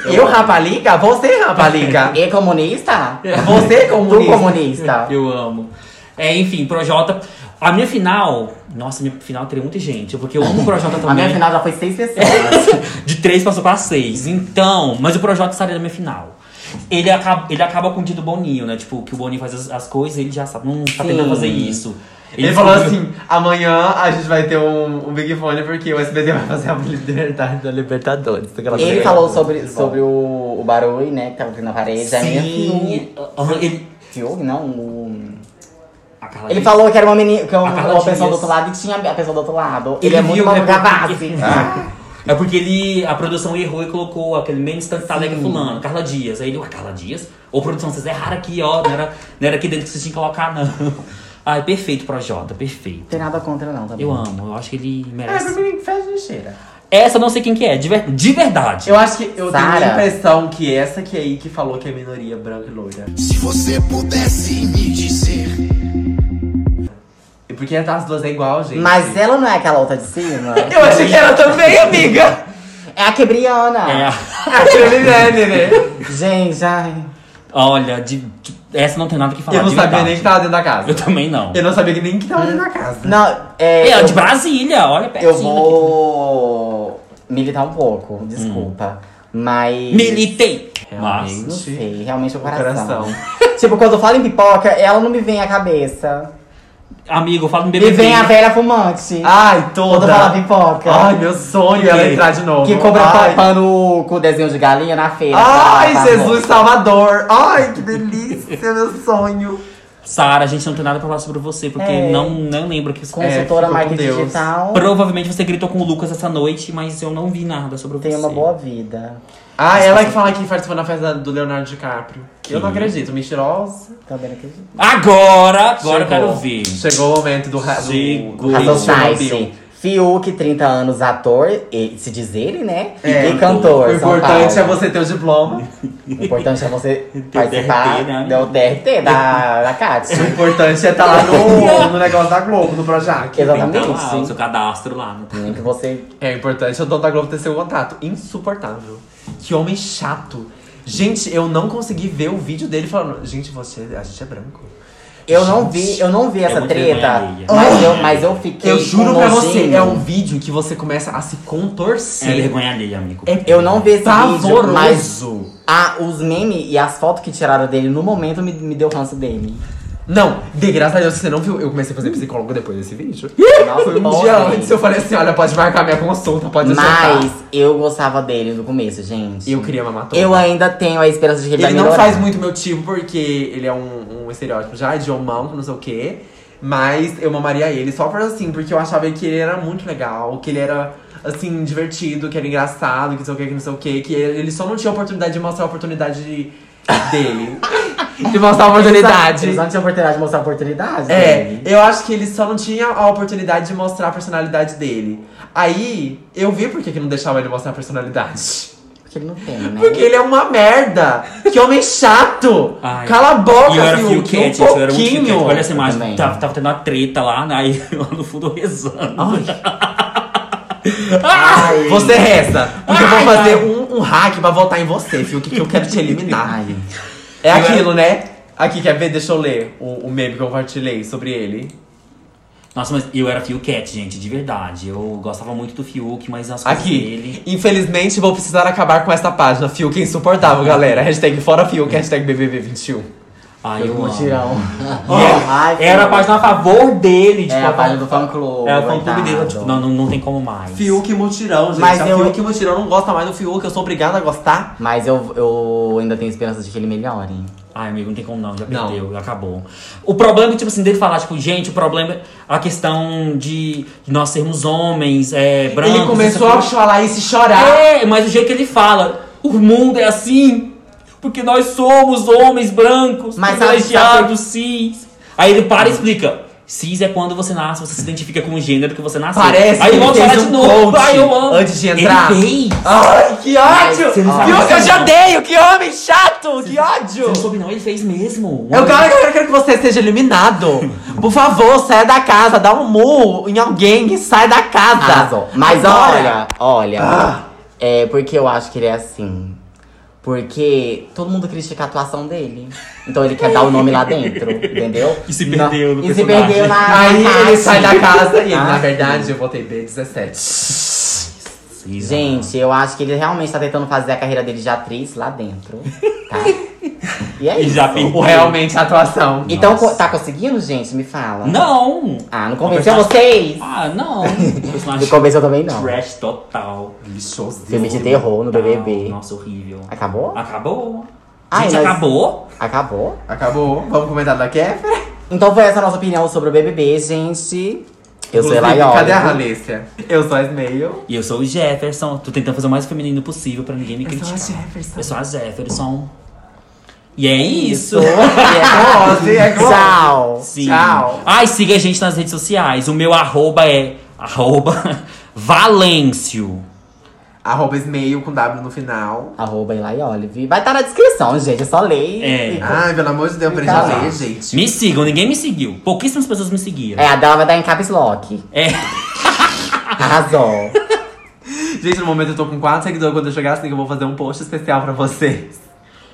Eu, rapaliga? Você, rapaliga? E comunista? é Você, Tu comunista? comunista! Eu amo. É, enfim, Projota. A minha final. Nossa, minha final teria muita gente, porque eu amo o Projota também. A minha final né? já foi seis É, pessoas. De três passou pra seis. Então, mas o Projota estaria na minha final. Ele acaba, ele acaba com o dia do Boninho, né? Tipo, que o Boninho faz as, as coisas ele já sabe, hum, tá tentando Sim. fazer isso. Ele falou assim: amanhã a gente vai ter um, um Big Fone porque o SBT vai fazer a liberdade da Libertadores. Ele falou É, sobre, sobre o, o barulho, né? Que tava aqui na parede. a minha Sim. filha- é Aham, ele, Ah, Fiuk, um, não. o- a Carla Ele Dias. falou que era uma menina, que uma, A Carla uma pessoa Dias. do outro lado e tinha a pessoa do outro lado. Ele, Ele é muito viu, mal né, base. Ah. porque- Ah. É porque ele, a produção errou e colocou aquele menos cantado que fulano, Carla Dias. Aí ele, ué, Carla Dias? Ô produção, vocês erraram aqui, ó. Não era, não era aqui dentro que vocês tinham que colocar, não. Ai, perfeito, Projota, perfeito. Tem nada contra, não, tá bom? Eu amo, eu acho que ele É, pra merece. mim, faz cheira. Essa eu não sei quem que é, de, ver- de verdade. Eu acho que eu Sara. tenho a impressão que essa que é aí que falou que é minoria branca e loira. Se você pudesse me dizer, E Porque as duas é igual, gente. Mas ela não é aquela outra de cima? Eu achei que era também, amiga! é a quebriana. É. Aquele meme, né? Gente, ai. Olha, de- de- essa não tem nada que falar. Eu não de sabia verdade. nem que tava dentro da casa. Eu também não. Eu não sabia que nem que tava dentro da casa. Não, É, é. ó, eu- de tipo, Brasília, olha é pertinho. Eu assim, vou tipo, militar um Hum. pouco, desculpa. Mas. daqui. Militei. Realmente. Não sei, realmente o O é coração. coração. tipo, quando eu falo em pipoca, ela não me vem à cabeça. Mas, amigo, fala no Me BBB. vem a velha fumante. Ai, quando toda. eu falo pipoca. Ah, Ai, meu sonho é ela Que- entrar de novo. que cobra Ai. pano com o desenho de galinha na feira. Ai, Tá, tá Jesus é, bom. Salvador. Ai, que delícia, meu sonho. Sara, a gente não tem nada pra falar sobre você, porque É. não, não lembro que você. Consultora É, fica com marketing Deus. digital. Provavelmente você gritou com o Lucas essa noite, mas eu não vi nada sobre Tem você. uma boa vida. Ah, ela que fala que participou na festa do Leonardo DiCaprio. Eu não acredito, mentirosa. Também não acredito. Agora! Agora eu Chegou. quero ver. Chegou o momento do ra- do- Chegou. do Razão Ratinho Size. Bill. Fiuk, 30 anos, ator, e- se diz ele, né? E- É, e cantor. O São importante é Paulo. você ter o diploma. O importante é você o participar DRT, né, do DRT da, da Kátia. O importante é estar lá no, no negócio da Globo, no Projac. Exatamente. Então, lá, sim. o seu cadastro lá. né? Nem que você. É importante o dono da Globo ter seu contato. Insuportável. Que homem chato. Gente, eu não consegui ver o vídeo dele falando. Gente, você. A gente é branco. Eu não vi, eu é não vi essa muito treta, vergonha alheia. mas eu, mas eu fiquei. eu juro com pra você, nojinho. é um vídeo que você começa a se É contorcer. vergonha alheia, amigo. É, Eu não vi esse vídeo, é Pavoroso. mas a, os memes e as fotos que tiraram dele no momento me, me deu ranço dele. Não, de graça a Deus, você não viu. Eu comecei a fazer psicólogo depois desse vídeo. Nossa, Foi um bom, dia gente. antes eu falei assim: olha, pode marcar minha consulta, pode Mas sentar. eu gostava dele no começo, gente. Eu queria mamar toda. Eu ainda tenho a esperança de que ele, Ele vai não melhorar. faz muito meu tipo, porque ele é um, um estereótipo já de homão, que não sei o quê. Mas eu mamaria ele só por assim, porque eu achava que ele era muito legal, que ele era, assim, divertido, que era engraçado, que não sei o quê, que não sei o quê. Que ele ele só não tinha oportunidade de mostrar a oportunidade dele. de mostrar a oportunidade. Eles não tinham oportunidade de mostrar a oportunidade. né? É, dele. eu acho que ele só não tinha a oportunidade de mostrar a personalidade dele. Aí, eu vi por que que não deixava ele mostrar a personalidade. Porque ele não tem, né? Porque ele é uma merda! Que homem chato! Ai. Cala a boca, E eu era Fiuk, Fiuk, gente, um eu era muito Fiuk. pouquinho! Olha essa também. imagem, tava, tava tendo uma treta lá, né? aí eu lá no fundo eu rezando. Ai. Você reza, porque eu vou Ai, fazer ai. um, um hack pra votar em você, Fiuk, que eu quero te eliminar. Ai. É aquilo, né? Aqui, quer ver? Deixa eu ler o, o meme que eu compartilhei sobre ele. Nossa, mas eu era Fiuquete, gente, de verdade. Eu gostava muito do Fiuk, mas as coisas Aqui. dele. Infelizmente, vou precisar acabar com essa página. Fiuk é insuportável, galera. Hashtag fora Fiuk, hashtag BBB21. Ai, eu Eu amo. tirão. Ai, era a página a favor dele, tipo. É a página do fã clube. É o fã clube dele, coitado. tipo, não, não, não tem como mais. Fiuk e Mutirão, gente. Mas a eu- Fiuk e Mutirão não gosta mais do Fiuk, eu sou obrigada a gostar. Mas eu, eu ainda tenho esperança de que ele melhore. Ai, amigo, não tem como não, já Não. perdeu, já acabou. O problema, tipo assim, dele falar, tipo, gente, o problema é a questão de nós sermos homens, é, brancos. ele começou a essa chorar e se coisa. chorar. É, mas o jeito que ele fala, o mundo é assim, porque nós somos homens brancos, Mas sabe- privilegiados, cis. Aí ele para e explica. Cis é quando você nasce, você se identifica com o gênero que você nasceu. Parece Aí que ele volta a falar fez de um novo. coach Ai, eu amo. antes de entrar. Ele fez. Ai, que ódio! Você não sabe Fiuk, eu disso, te não. odeio! Que homem chato! Que ódio! Você não soube não, ele fez mesmo. Eu quero, eu quero É que você seja eliminado. Por favor, saia da casa. Dá um murro em alguém e sai da Ah, casa. Arrasou. Tá. Mas Agora. olha, olha. É porque eu acho que ele é assim. Porque todo mundo critica a atuação dele. Então ele quer dar o nome lá dentro, entendeu? E se perdeu no E se personagem. perdeu na. Aí na ele parte. sai da casa e ele, Ah, na sim. verdade, eu votei B17. Gente, eu acho que ele realmente tá tentando fazer a carreira dele de atriz lá dentro. Tá? E é E isso. já perdeu. Ou realmente a atuação. Então, co- tá conseguindo, gente? Me fala. Não! Ah, não convenceu vocês? Ah, não! Não Personagem convenceu também, não. trash total. Lixoso. Filme de terror no BBB. Nossa, horrível. Acabou? Acabou. Ai, Gente, mas- acabou? Acabou? Acabou. Vamos comentar da Kéfera? Então foi essa a nossa opinião sobre o BBB, gente. Eu sou Inclusive, Elaiola. Cadê a Alessia? Eu sou a Snail. E eu sou o Jefferson. Tô tentando fazer o mais feminino possível pra ninguém me criticar. sou a Jefferson. Eu sou a Jefferson. E é isso. Rose, é Rose. Tchau. Sim. Tchau. Ai, siga a gente nas redes sociais. O meu arroba é arroba Valêncio. Arroba Snail com W no final. Arroba Elaiolive. Vai estar na descrição, gente. É só ler. É. E- Ai, pelo amor de Deus, pra já Tá. ler, gente. Me sigam, ninguém me seguiu. Pouquíssimas pessoas me seguiram. É, a dela vai dar em caps lock. É. Arrasou. Gente, no momento eu tô com quatro seguidores. Quando eu chegar assim, eu vou fazer um post especial pra vocês.